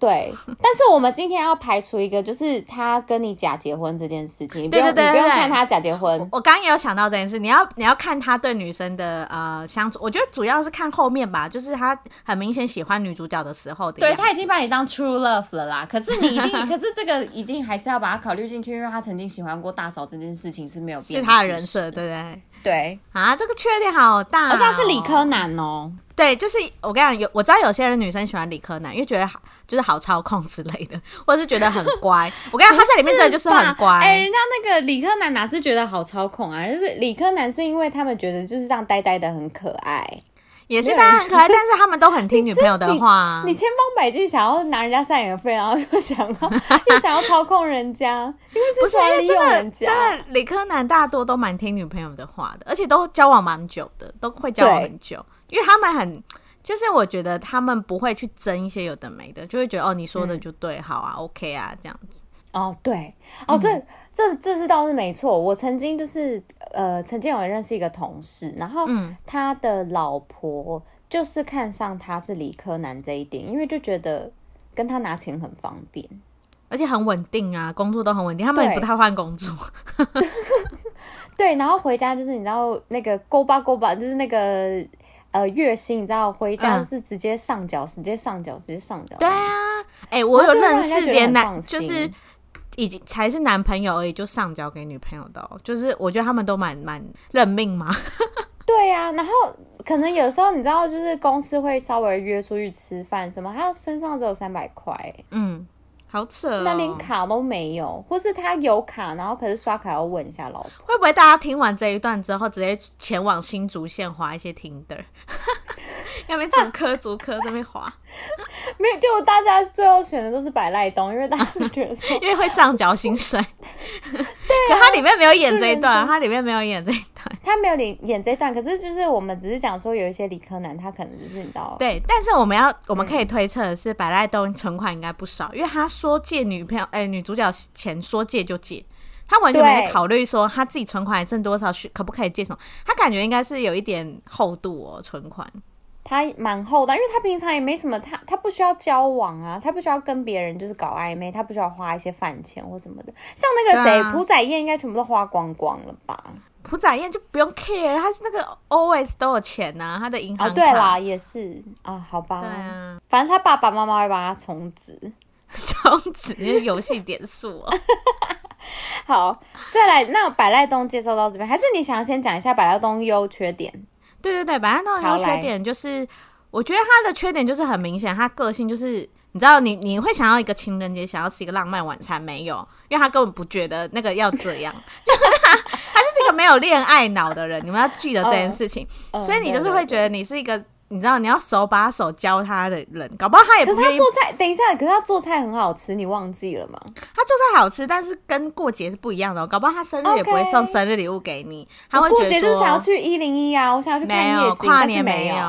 [SPEAKER 1] 对，但是我们今天要排除一个，就是他跟你假结婚这件事情，你不
[SPEAKER 2] 对
[SPEAKER 1] 用
[SPEAKER 2] 对对
[SPEAKER 1] 你不用
[SPEAKER 2] 对
[SPEAKER 1] 看他假结婚，
[SPEAKER 2] 我刚刚也有想到这件事，你要你要看他对女生的呃相处，我觉得主要是看后面吧，就是他很明显喜欢女主角的时候的
[SPEAKER 3] 对
[SPEAKER 2] 样子。
[SPEAKER 3] 他已经把你当 true love 了啦，可是你一定，可是这个一定还是要把它考虑进去，因为他曾经喜欢过大嫂这件事情是没有变，
[SPEAKER 2] 是他的人设，，对不对？
[SPEAKER 3] 对，
[SPEAKER 2] 啊，这个缺点好大、哦，
[SPEAKER 1] 而且他是理科男哦，
[SPEAKER 2] 对，就是我跟你讲，有我知道有些人女生喜欢理科男，因为觉得好就是好操控之类的，或者是觉得很乖。我跟
[SPEAKER 3] 啊
[SPEAKER 2] 你讲，他在里面真的就是很乖。
[SPEAKER 1] 吧哎、人家那个理科男哪是觉得好操控啊？就是理科男是因为他们觉得就是这样呆呆的很可爱，
[SPEAKER 2] 也是
[SPEAKER 1] 没有
[SPEAKER 2] 当然
[SPEAKER 1] 人
[SPEAKER 2] 很可爱，但是他们都很听女朋友的话啊。
[SPEAKER 1] 你千方百计想要拿人家赡养费，然后又想要又想要操控人家，因为
[SPEAKER 2] 不
[SPEAKER 1] 是
[SPEAKER 2] 是
[SPEAKER 1] 想
[SPEAKER 2] 因
[SPEAKER 1] 要
[SPEAKER 2] 为
[SPEAKER 1] 利用
[SPEAKER 2] 真
[SPEAKER 1] 人
[SPEAKER 2] 的
[SPEAKER 1] 家。
[SPEAKER 2] 真的理科男大多都蛮听女朋友的话的，而且都交往蛮久的，都会交往
[SPEAKER 1] 对
[SPEAKER 2] 很久，因为他们很。就是我觉得他们不会去争一些有的没的，就会觉得哦你说
[SPEAKER 1] 嗯
[SPEAKER 2] 的就对，好啊，OK 啊这样子。
[SPEAKER 1] 哦，对，哦，
[SPEAKER 2] 嗯
[SPEAKER 1] 这这这是倒是没错。我曾经就是呃，曾经有认识一个同事，然后
[SPEAKER 2] 嗯
[SPEAKER 1] 他的老婆就是看上他是理科男这一点，因为就觉得跟他拿钱很方便。
[SPEAKER 2] 而且很稳定啊，工作都很稳定，他们也不
[SPEAKER 1] 对
[SPEAKER 2] 太换工作。
[SPEAKER 1] 对，然后回家就是你知道那个勾吧勾吧，就是那个呃月薪，你知道回家
[SPEAKER 2] 嗯
[SPEAKER 1] 就是直接上缴，直接上缴，直接上缴。
[SPEAKER 2] 对啊， 哎、我有
[SPEAKER 1] 就会让
[SPEAKER 2] 认
[SPEAKER 1] 人家
[SPEAKER 2] 识
[SPEAKER 1] 觉得
[SPEAKER 2] 连
[SPEAKER 1] 很
[SPEAKER 2] 男
[SPEAKER 1] 放
[SPEAKER 2] 就是
[SPEAKER 1] 心
[SPEAKER 2] 已经才是男朋友而已，就上交给女朋友的、哦，就是我觉得他们都蛮蛮认命嘛。
[SPEAKER 1] 对呀、然后可能有时候你知道，就是公司会稍微约出去吃饭什么，他身上只有三百块、
[SPEAKER 2] 嗯，好扯、哦。
[SPEAKER 1] 那连卡都没有，或是他有卡，然后可是刷卡要问一下老婆。
[SPEAKER 2] 会不会大家听完这一段之后，直接前往新竹县划一些 Tinder，那边竹科竹科那边划，
[SPEAKER 1] 没有，就大家最后选的都是百赖东，因为大家都觉得说
[SPEAKER 2] 因为会上缴薪水。可它里面没有演这一段，它里面没有演这一段。
[SPEAKER 1] 他没有演演这段，可是就是我们只是讲说有一些理科男，他可能就是你知道，
[SPEAKER 2] 对，但是我们要，我们可以推测的是，百赖东存款应该不少，因为他说借女朋友，哎、女主角钱说借就借，他完全没在
[SPEAKER 1] 对
[SPEAKER 2] 考虑说他自己存款还剩多少，需可不可以借什么。他感觉应该是有一点厚度哦，存款。
[SPEAKER 1] 他蛮厚的，因为他平常也没什么，他他不需要交往啊，他不需要跟别人就是搞暧昧，他不需要花一些饭钱或什么的。像那个
[SPEAKER 2] 对
[SPEAKER 1] 谁，
[SPEAKER 2] 啊
[SPEAKER 1] 朴宰彦应该全部都花光光了吧？
[SPEAKER 2] 朴宰彦就不用 care，他是那个 always 都有钱呐、他的银行
[SPEAKER 1] 哦，
[SPEAKER 2] 卡。
[SPEAKER 1] 对啦，也是啊，好吧，
[SPEAKER 2] 对啊，
[SPEAKER 1] 反正他爸爸妈妈会帮他充值。
[SPEAKER 2] 终止就是游戏点 数哦。
[SPEAKER 1] 好，再来，那百赖东介绍到这边，还是你想先讲一下百赖东优缺点？
[SPEAKER 2] 对对对，白安东的
[SPEAKER 1] 好
[SPEAKER 2] 优缺
[SPEAKER 1] 来
[SPEAKER 2] 点就是，我觉得他的缺点就是很明显，他个性就是。你知道你你会想要一个情人节，想要吃一个浪漫晚餐没有？因为他根本不觉得那个要这样， 就是他他就是一个没有恋爱脑的人。你们要记得这件事情，
[SPEAKER 1] 嗯
[SPEAKER 2] 所以你就是
[SPEAKER 1] 对
[SPEAKER 2] 会觉得你是一个，你知道你要手把手教他的人，搞不好他也
[SPEAKER 1] 可
[SPEAKER 2] 不
[SPEAKER 1] 是他
[SPEAKER 2] 愿意
[SPEAKER 1] 做菜，等一下，可是他做菜很好吃，你忘记了吗？
[SPEAKER 2] 他做菜好吃，但是跟过节是不一样的、哦。搞不好他生日也
[SPEAKER 1] OK
[SPEAKER 2] 不会送生日礼物给你，他会
[SPEAKER 1] 我
[SPEAKER 2] 觉
[SPEAKER 1] 过
[SPEAKER 2] 得
[SPEAKER 1] 节就是
[SPEAKER 2] 说
[SPEAKER 1] 想要去一零一啊，我想要去看
[SPEAKER 2] 没
[SPEAKER 1] 夜
[SPEAKER 2] 有
[SPEAKER 1] 景，
[SPEAKER 2] 跨
[SPEAKER 1] 但是
[SPEAKER 2] 年
[SPEAKER 1] 没
[SPEAKER 2] 没
[SPEAKER 1] 有，
[SPEAKER 2] 有，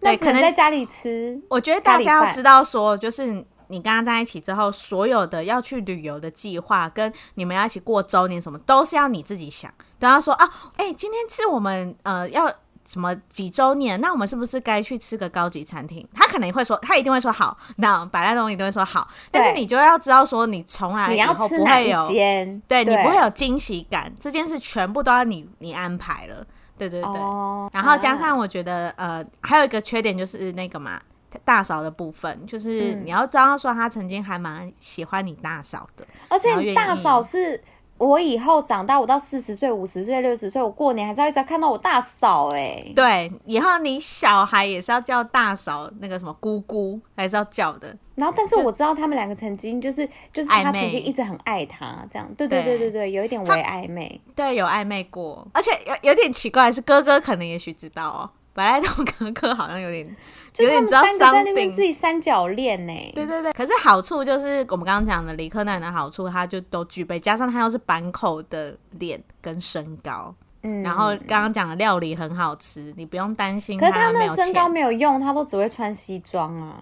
[SPEAKER 1] 那
[SPEAKER 2] 对，
[SPEAKER 1] 只
[SPEAKER 2] 可
[SPEAKER 1] 能在
[SPEAKER 2] 能
[SPEAKER 1] 家里吃。
[SPEAKER 2] 我觉得大
[SPEAKER 1] 咖喱
[SPEAKER 2] 家要
[SPEAKER 1] 饭
[SPEAKER 2] 知道说，就是你跟他在一起之后，所有的要去旅游的计划跟你们要一起过周年什么，都是要你自己想。对他说啊，哎、今天是我们呃要。什么几周年？那我们是不是该去吃个高级餐厅？他可能会说，他一定会说好。那百烂东一定会说好，但是
[SPEAKER 1] 对
[SPEAKER 2] 你就要知道说，你从来
[SPEAKER 1] 你
[SPEAKER 2] 啊以
[SPEAKER 1] 要
[SPEAKER 2] 后
[SPEAKER 1] 吃
[SPEAKER 2] 不
[SPEAKER 1] 哪
[SPEAKER 2] 会
[SPEAKER 1] 一
[SPEAKER 2] 有
[SPEAKER 1] 间？
[SPEAKER 2] 对你不会有惊喜感，这件事全部都要你你安排了，对对对。
[SPEAKER 1] 哦。
[SPEAKER 2] 然后加上我觉得呃，还有一个缺点就是那个嘛，大嫂的部分，就是
[SPEAKER 1] 嗯
[SPEAKER 2] 你要知道说他曾经还蛮喜欢你大嫂的，
[SPEAKER 1] 而且
[SPEAKER 2] 然后愿
[SPEAKER 1] 你
[SPEAKER 2] 意
[SPEAKER 1] 大嫂是我以后长大，我到四十岁、五十岁、六十岁，我过年还是要一直看到我大嫂哎、
[SPEAKER 2] 对，以后你小孩也是要叫大嫂那个什么姑姑，还是要叫的，
[SPEAKER 1] 然后，但是我知道他们两个曾经就是就是
[SPEAKER 2] 暧
[SPEAKER 1] 他
[SPEAKER 2] 昧
[SPEAKER 1] 曾经一直很爱他，这样对对
[SPEAKER 2] 对
[SPEAKER 1] 对对对，有一点微暧昧。
[SPEAKER 2] 对，有暧昧过，而且有有点奇怪的是哥哥可能也许知道哦，本来东 哥哥好像有点
[SPEAKER 1] 就
[SPEAKER 2] 有
[SPEAKER 1] 是他
[SPEAKER 2] 点
[SPEAKER 1] 们
[SPEAKER 2] 知道
[SPEAKER 1] 三个在那
[SPEAKER 2] something
[SPEAKER 1] 边自己三角恋呢、
[SPEAKER 2] 对对对，可是好处就是我们刚刚讲的理科男的好处，他就都具备，加上他又是板口的脸跟身高，
[SPEAKER 1] 嗯，
[SPEAKER 2] 然后刚刚讲的料理很好吃，你不用担心
[SPEAKER 1] 可是他
[SPEAKER 2] 没
[SPEAKER 1] 那
[SPEAKER 2] 有
[SPEAKER 1] 身高
[SPEAKER 2] 钱，
[SPEAKER 1] 没有用，他都只会穿西装啊。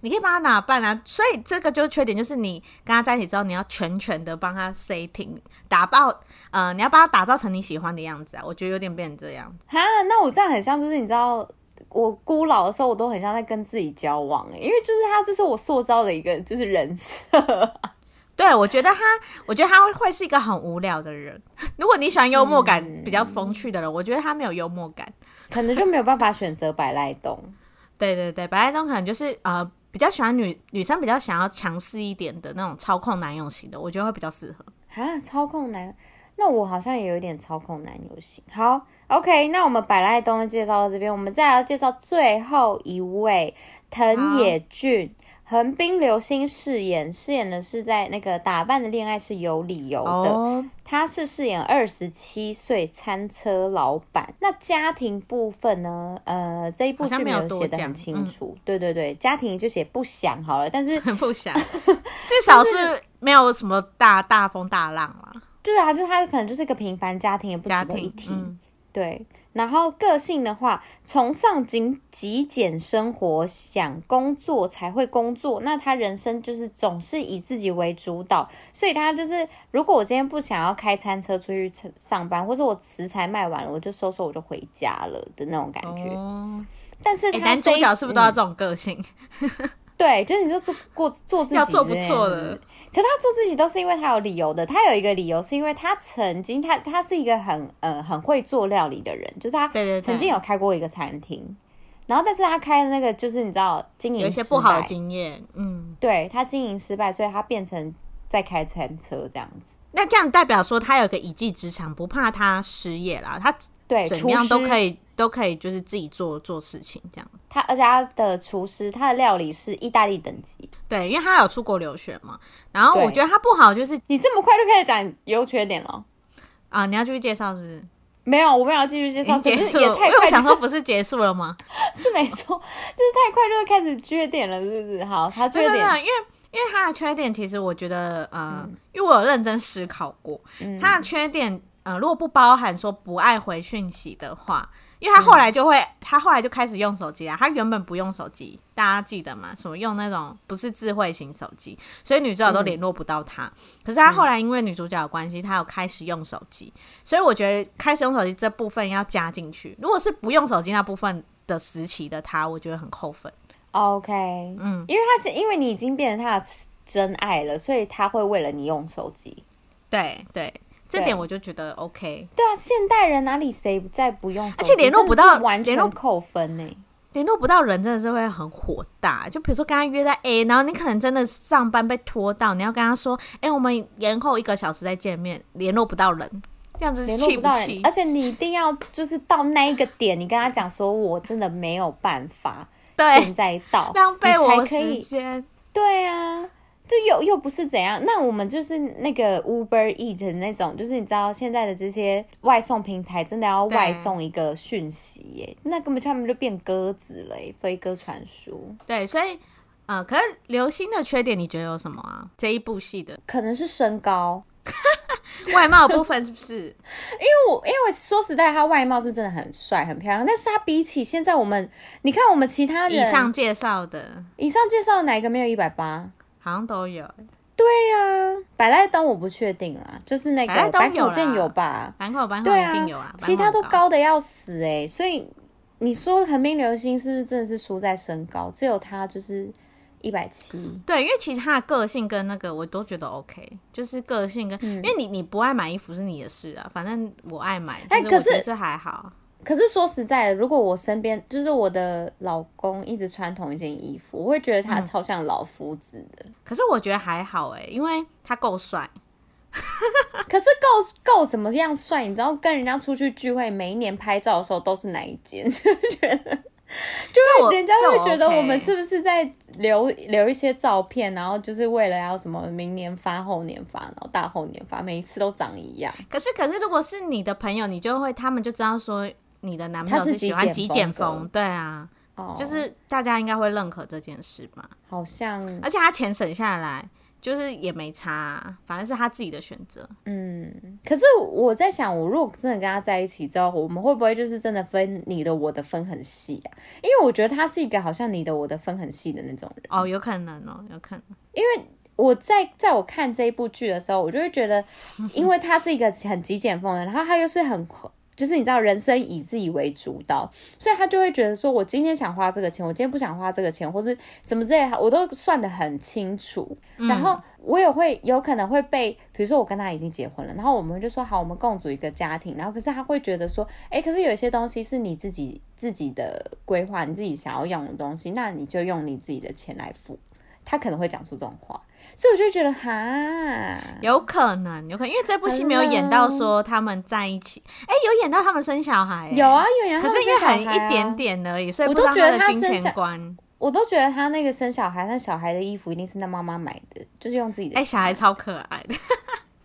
[SPEAKER 2] 你可以帮他打扮啊。所以这个就是缺点，就是你跟他在一起之后，你要全权的帮他 setting 打造，呃，你要把他打造成你喜欢的样子啊。我觉得有点变成这样，
[SPEAKER 1] 哈，那我这样很像，就是你知道我孤老的时候，我都很像在跟自己交往、欸，因为就是他就是我塑造的一个就是人设。
[SPEAKER 2] 对，我觉得他，我觉得他会是一个很无聊的人。如果你喜欢幽默感、
[SPEAKER 1] 嗯
[SPEAKER 2] 比较风趣的人，我觉得他没有幽默感。
[SPEAKER 1] 可能就没有办法选择白赖东。
[SPEAKER 2] 对对对，白赖东可能就是呃比较喜欢女女生比较想要强势一点的那种操控男友型的，我觉得会比较适合。
[SPEAKER 1] 啊，操控男，那我好像也有一点操控男友型。好，OK，那我们百濑东介绍到这边，我们再来介绍最后一位藤野俊，横滨流星饰演，饰演的是在那个打扮的恋爱是有理由的。
[SPEAKER 2] 哦，
[SPEAKER 1] 他是饰演二十七岁餐车老板。那家庭部分呢？呃，这一部
[SPEAKER 2] 好像
[SPEAKER 1] 剧
[SPEAKER 2] 没
[SPEAKER 1] 没
[SPEAKER 2] 有
[SPEAKER 1] 有
[SPEAKER 2] 多
[SPEAKER 1] 写的
[SPEAKER 2] 讲
[SPEAKER 1] 很清
[SPEAKER 2] 嗯
[SPEAKER 1] 楚。对对对，家庭就写不详好了，但是
[SPEAKER 2] 很 不想，至少是没有什么大大风大浪啦。
[SPEAKER 1] 对啊，就是他可能就是一个平凡家庭，也不
[SPEAKER 2] 家
[SPEAKER 1] 值得一
[SPEAKER 2] 庭，
[SPEAKER 1] 提。
[SPEAKER 2] 嗯，
[SPEAKER 1] 对，然后个性的话，崇尚极极简生活，想工作才会工作。那他人生就是总是以自己为主导，所以他就是，如果我今天不想要开餐车出去吃上班，或者我食材卖完了，我就收收我就回家了的那种感觉。
[SPEAKER 2] 哦，
[SPEAKER 1] 但是他、
[SPEAKER 2] 哎，
[SPEAKER 1] 嗯
[SPEAKER 2] 男主角是不是都要
[SPEAKER 1] 要、
[SPEAKER 2] 这种个性？
[SPEAKER 1] 对？就是你就做过做自己，
[SPEAKER 2] 要做不做的？
[SPEAKER 1] 可他做自己都是因为他有理由的，他有一个理由是因为他曾经他他是一个很呃很会做料理的人，就是他
[SPEAKER 2] 对对对
[SPEAKER 1] 曾经有开过一个餐厅，然后但是他开的那个就是你知道经营
[SPEAKER 2] 有一些
[SPEAKER 1] 失
[SPEAKER 2] 不好的
[SPEAKER 1] 败
[SPEAKER 2] 经验，嗯，
[SPEAKER 1] 对他经营失败，所以他变成在开餐车这样子，
[SPEAKER 2] 那这样代表说他有个一技之长，不怕他失业啦，他
[SPEAKER 1] 对，
[SPEAKER 2] 怎么样都可
[SPEAKER 1] 以。
[SPEAKER 2] 以，都可以就是自己做做事情这样。
[SPEAKER 1] 他而且他的厨师，他的料理是意大利等级。
[SPEAKER 2] 对，因为他有出国留学嘛，然后
[SPEAKER 1] 对
[SPEAKER 2] 我觉得他不好就是
[SPEAKER 1] 你这么快就开始讲优缺点了？
[SPEAKER 2] 啊，你要继续介绍是不是？
[SPEAKER 1] 没有，我们要继续介
[SPEAKER 2] 已
[SPEAKER 1] 绍，
[SPEAKER 2] 经
[SPEAKER 1] 只
[SPEAKER 2] 结
[SPEAKER 1] 是
[SPEAKER 2] 束
[SPEAKER 1] 也
[SPEAKER 2] 了，
[SPEAKER 1] 太
[SPEAKER 2] 因为我
[SPEAKER 1] 快就
[SPEAKER 2] 想说不是结束了吗？
[SPEAKER 1] 是没错，就是太快就开始缺点了，是不是？好，他缺
[SPEAKER 2] 没有 没
[SPEAKER 1] 点嗯
[SPEAKER 2] 有，因为因为他的缺点，其实我觉得，呃，因为我有认真思考过，他的缺点，呃，如果不包含说不爱回讯息的话，因为他后来就会，
[SPEAKER 1] 嗯
[SPEAKER 2] 他后来就开始用手机啊，他原本不用手机，大家记得吗？什么用那种不是智慧型手机，所以女主角都联络不到
[SPEAKER 1] 嗯
[SPEAKER 2] 他。可是他后来因为女主角的关系，他有开始用手机，所以我觉得开始用手机这部分要加进去。如果是不用手机那部分的时期的他，我觉得很扣分。
[SPEAKER 1] OK，
[SPEAKER 2] 嗯
[SPEAKER 1] 嗯，因为他是因为你已经变成他的真爱了，所以他会为了你用手机。
[SPEAKER 2] 对对，这
[SPEAKER 1] 对
[SPEAKER 2] 点我就觉得 OK。
[SPEAKER 1] 对啊，现代人哪里谁不在不用手机？
[SPEAKER 2] 而且联络不到
[SPEAKER 1] 真的是完
[SPEAKER 2] 联络
[SPEAKER 1] 全扣分欸呢、
[SPEAKER 2] 联络不到人真的是会很火大，就比如说跟他约在 A，然后你可能真的上班被拖到，你要跟他说，哎、我们延后一个小时再见面，联络不到人，这样子
[SPEAKER 1] 联络
[SPEAKER 2] 气
[SPEAKER 1] 不到人
[SPEAKER 2] 气，
[SPEAKER 1] 而？且你一定要就是到那一个点，你跟他讲说，我真的没有办法，现
[SPEAKER 2] 对，
[SPEAKER 1] 在到，
[SPEAKER 2] 哎浪费
[SPEAKER 1] 你
[SPEAKER 2] 我
[SPEAKER 1] 才可
[SPEAKER 2] 时
[SPEAKER 1] 以。
[SPEAKER 2] 间。
[SPEAKER 1] 对啊，就又又不是怎样。那我们就是那个 Uber Eat 的那种，就是你知道现在的这些外送平台真的要
[SPEAKER 2] 对
[SPEAKER 1] 外送一个讯息耶，那根本他们就变鸽子了耶，飞鸽传书。
[SPEAKER 2] 对，所以，呃，可是刘星的缺点你觉得有什么啊？这一部戏的
[SPEAKER 1] 可能是身高，
[SPEAKER 2] 外貌的部分是不 是？
[SPEAKER 1] 因为我因为说实在，他外貌是真的很帅很漂亮，但是他比起现在我们，你看我们其他
[SPEAKER 2] 以
[SPEAKER 1] 人
[SPEAKER 2] 上介绍的
[SPEAKER 1] 以上介绍的哪一个没有一百八？
[SPEAKER 2] 好像都有、欸，
[SPEAKER 1] 对呀、啊，百濑灯我不确定啦，就是那
[SPEAKER 2] 百
[SPEAKER 1] 个
[SPEAKER 2] 濑灯
[SPEAKER 1] 白
[SPEAKER 2] 有
[SPEAKER 1] 口
[SPEAKER 2] 啦
[SPEAKER 1] 健有吧？
[SPEAKER 2] 板口板口
[SPEAKER 1] 对
[SPEAKER 2] 一
[SPEAKER 1] 啊，
[SPEAKER 2] 定有啊，
[SPEAKER 1] 其他
[SPEAKER 2] 板口
[SPEAKER 1] 都
[SPEAKER 2] 很。
[SPEAKER 1] 高的要死哎、所以你说横滨流星是不是真的是输在身高？只有他就是一百七，
[SPEAKER 2] 对，因为其实他的个性跟那个我都觉得 OK，就是个性跟，
[SPEAKER 1] 嗯
[SPEAKER 2] 因为你你不爱买衣服是你的事啊，反正我爱买，
[SPEAKER 1] 哎
[SPEAKER 2] 就
[SPEAKER 1] 可
[SPEAKER 2] 我觉得
[SPEAKER 1] 是
[SPEAKER 2] 这还好，
[SPEAKER 1] 可是说实在的，如果我身边就是我的老公一直穿同一件衣服，我会觉得他
[SPEAKER 2] 嗯
[SPEAKER 1] 超像老夫子的。
[SPEAKER 2] 可是我觉得还好哎、因为他够帅，
[SPEAKER 1] 可是够够怎么样帅？你知道跟人家出去聚会，每一年拍照的时候都是哪一件， 就觉得。就
[SPEAKER 2] 我
[SPEAKER 1] 会人家
[SPEAKER 2] 这
[SPEAKER 1] 会
[SPEAKER 2] 我
[SPEAKER 1] 觉得
[SPEAKER 2] OK
[SPEAKER 1] 我们是不是在留留一些照片，然后就是为了要什么明年发、后年发，然后大后年发，每一次都长一样。
[SPEAKER 2] 可是可是如果是你的朋友，你就会他们就知道说你的男朋友
[SPEAKER 1] 他是
[SPEAKER 2] 喜欢极
[SPEAKER 1] 极简
[SPEAKER 2] 简
[SPEAKER 1] 风
[SPEAKER 2] 风，对啊，
[SPEAKER 1] 哦，
[SPEAKER 2] 就是大家应该会认可这件事吧，
[SPEAKER 1] 好像
[SPEAKER 2] 而且他钱省下来。就是也没差啊、反正是他自己的选择。
[SPEAKER 1] 嗯，可是我在想，我如果真的跟他在一起之后，我们会不会就是真的分你的我的分很细啊？因为我觉得他是一个好像你的我的分很细的那种人。
[SPEAKER 2] 哦，有可能哦，有可能。
[SPEAKER 1] 我在在我看这一部剧的时候，我就会觉得，因为他是一个很极简风的人，然后他又是很就是你知道，人生以自己为主导，所以他就会觉得说，我今天想花这个钱，我今天不想花这个钱，或是什么之类的，我都算得很清楚。然后我也会有可能会被，比如说我跟他已经结婚了，然后我们就说好，我们共组一个家庭，然后可是他会觉得说，哎，可是有一些东西是你自己自己的规划，你自己想要用的东西，那你就用你自己的钱来付。他可能会讲出这种话，所以我就觉得哈，
[SPEAKER 2] 有可能，有可能，因为这部戏没有演到说他们在一起，哎、有演到他们生小孩、哎
[SPEAKER 1] 有啊，有呀、
[SPEAKER 2] 可是因为很
[SPEAKER 1] 他们生小孩
[SPEAKER 2] 一
[SPEAKER 1] 啊
[SPEAKER 2] 点点而已，所以
[SPEAKER 1] 我
[SPEAKER 2] 不知
[SPEAKER 1] 都
[SPEAKER 2] 道
[SPEAKER 1] 觉得
[SPEAKER 2] 的
[SPEAKER 1] 他
[SPEAKER 2] 金
[SPEAKER 1] 生小
[SPEAKER 2] 钱观。
[SPEAKER 1] 我都觉得他那个生小孩，他小孩的衣服一定是他妈妈买的，就是用自己的
[SPEAKER 2] 哎、
[SPEAKER 1] 钱。
[SPEAKER 2] 小孩超可爱的，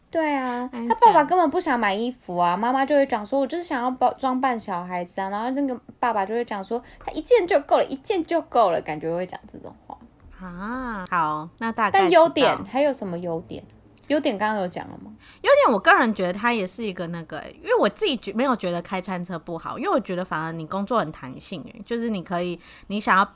[SPEAKER 1] 对啊，
[SPEAKER 2] 哎
[SPEAKER 1] 他爸
[SPEAKER 2] 这
[SPEAKER 1] 爸
[SPEAKER 2] 样
[SPEAKER 1] 根本不想买衣服啊，妈妈就会讲说，我就是想要包装扮小孩子啊，然后那个爸爸就会讲说，他一件就够了，一件就够了，感觉会讲这种话。
[SPEAKER 2] 啊，好，那大概
[SPEAKER 1] 但优
[SPEAKER 2] 知
[SPEAKER 1] 点
[SPEAKER 2] 道
[SPEAKER 1] 还有什么优点？优点刚刚有讲了吗？
[SPEAKER 2] 优点，我个人觉得它也是一个那个，因为我自己觉没有觉得开餐车不好，因为我觉得反而你工作很弹性，哎就是你可以你想要。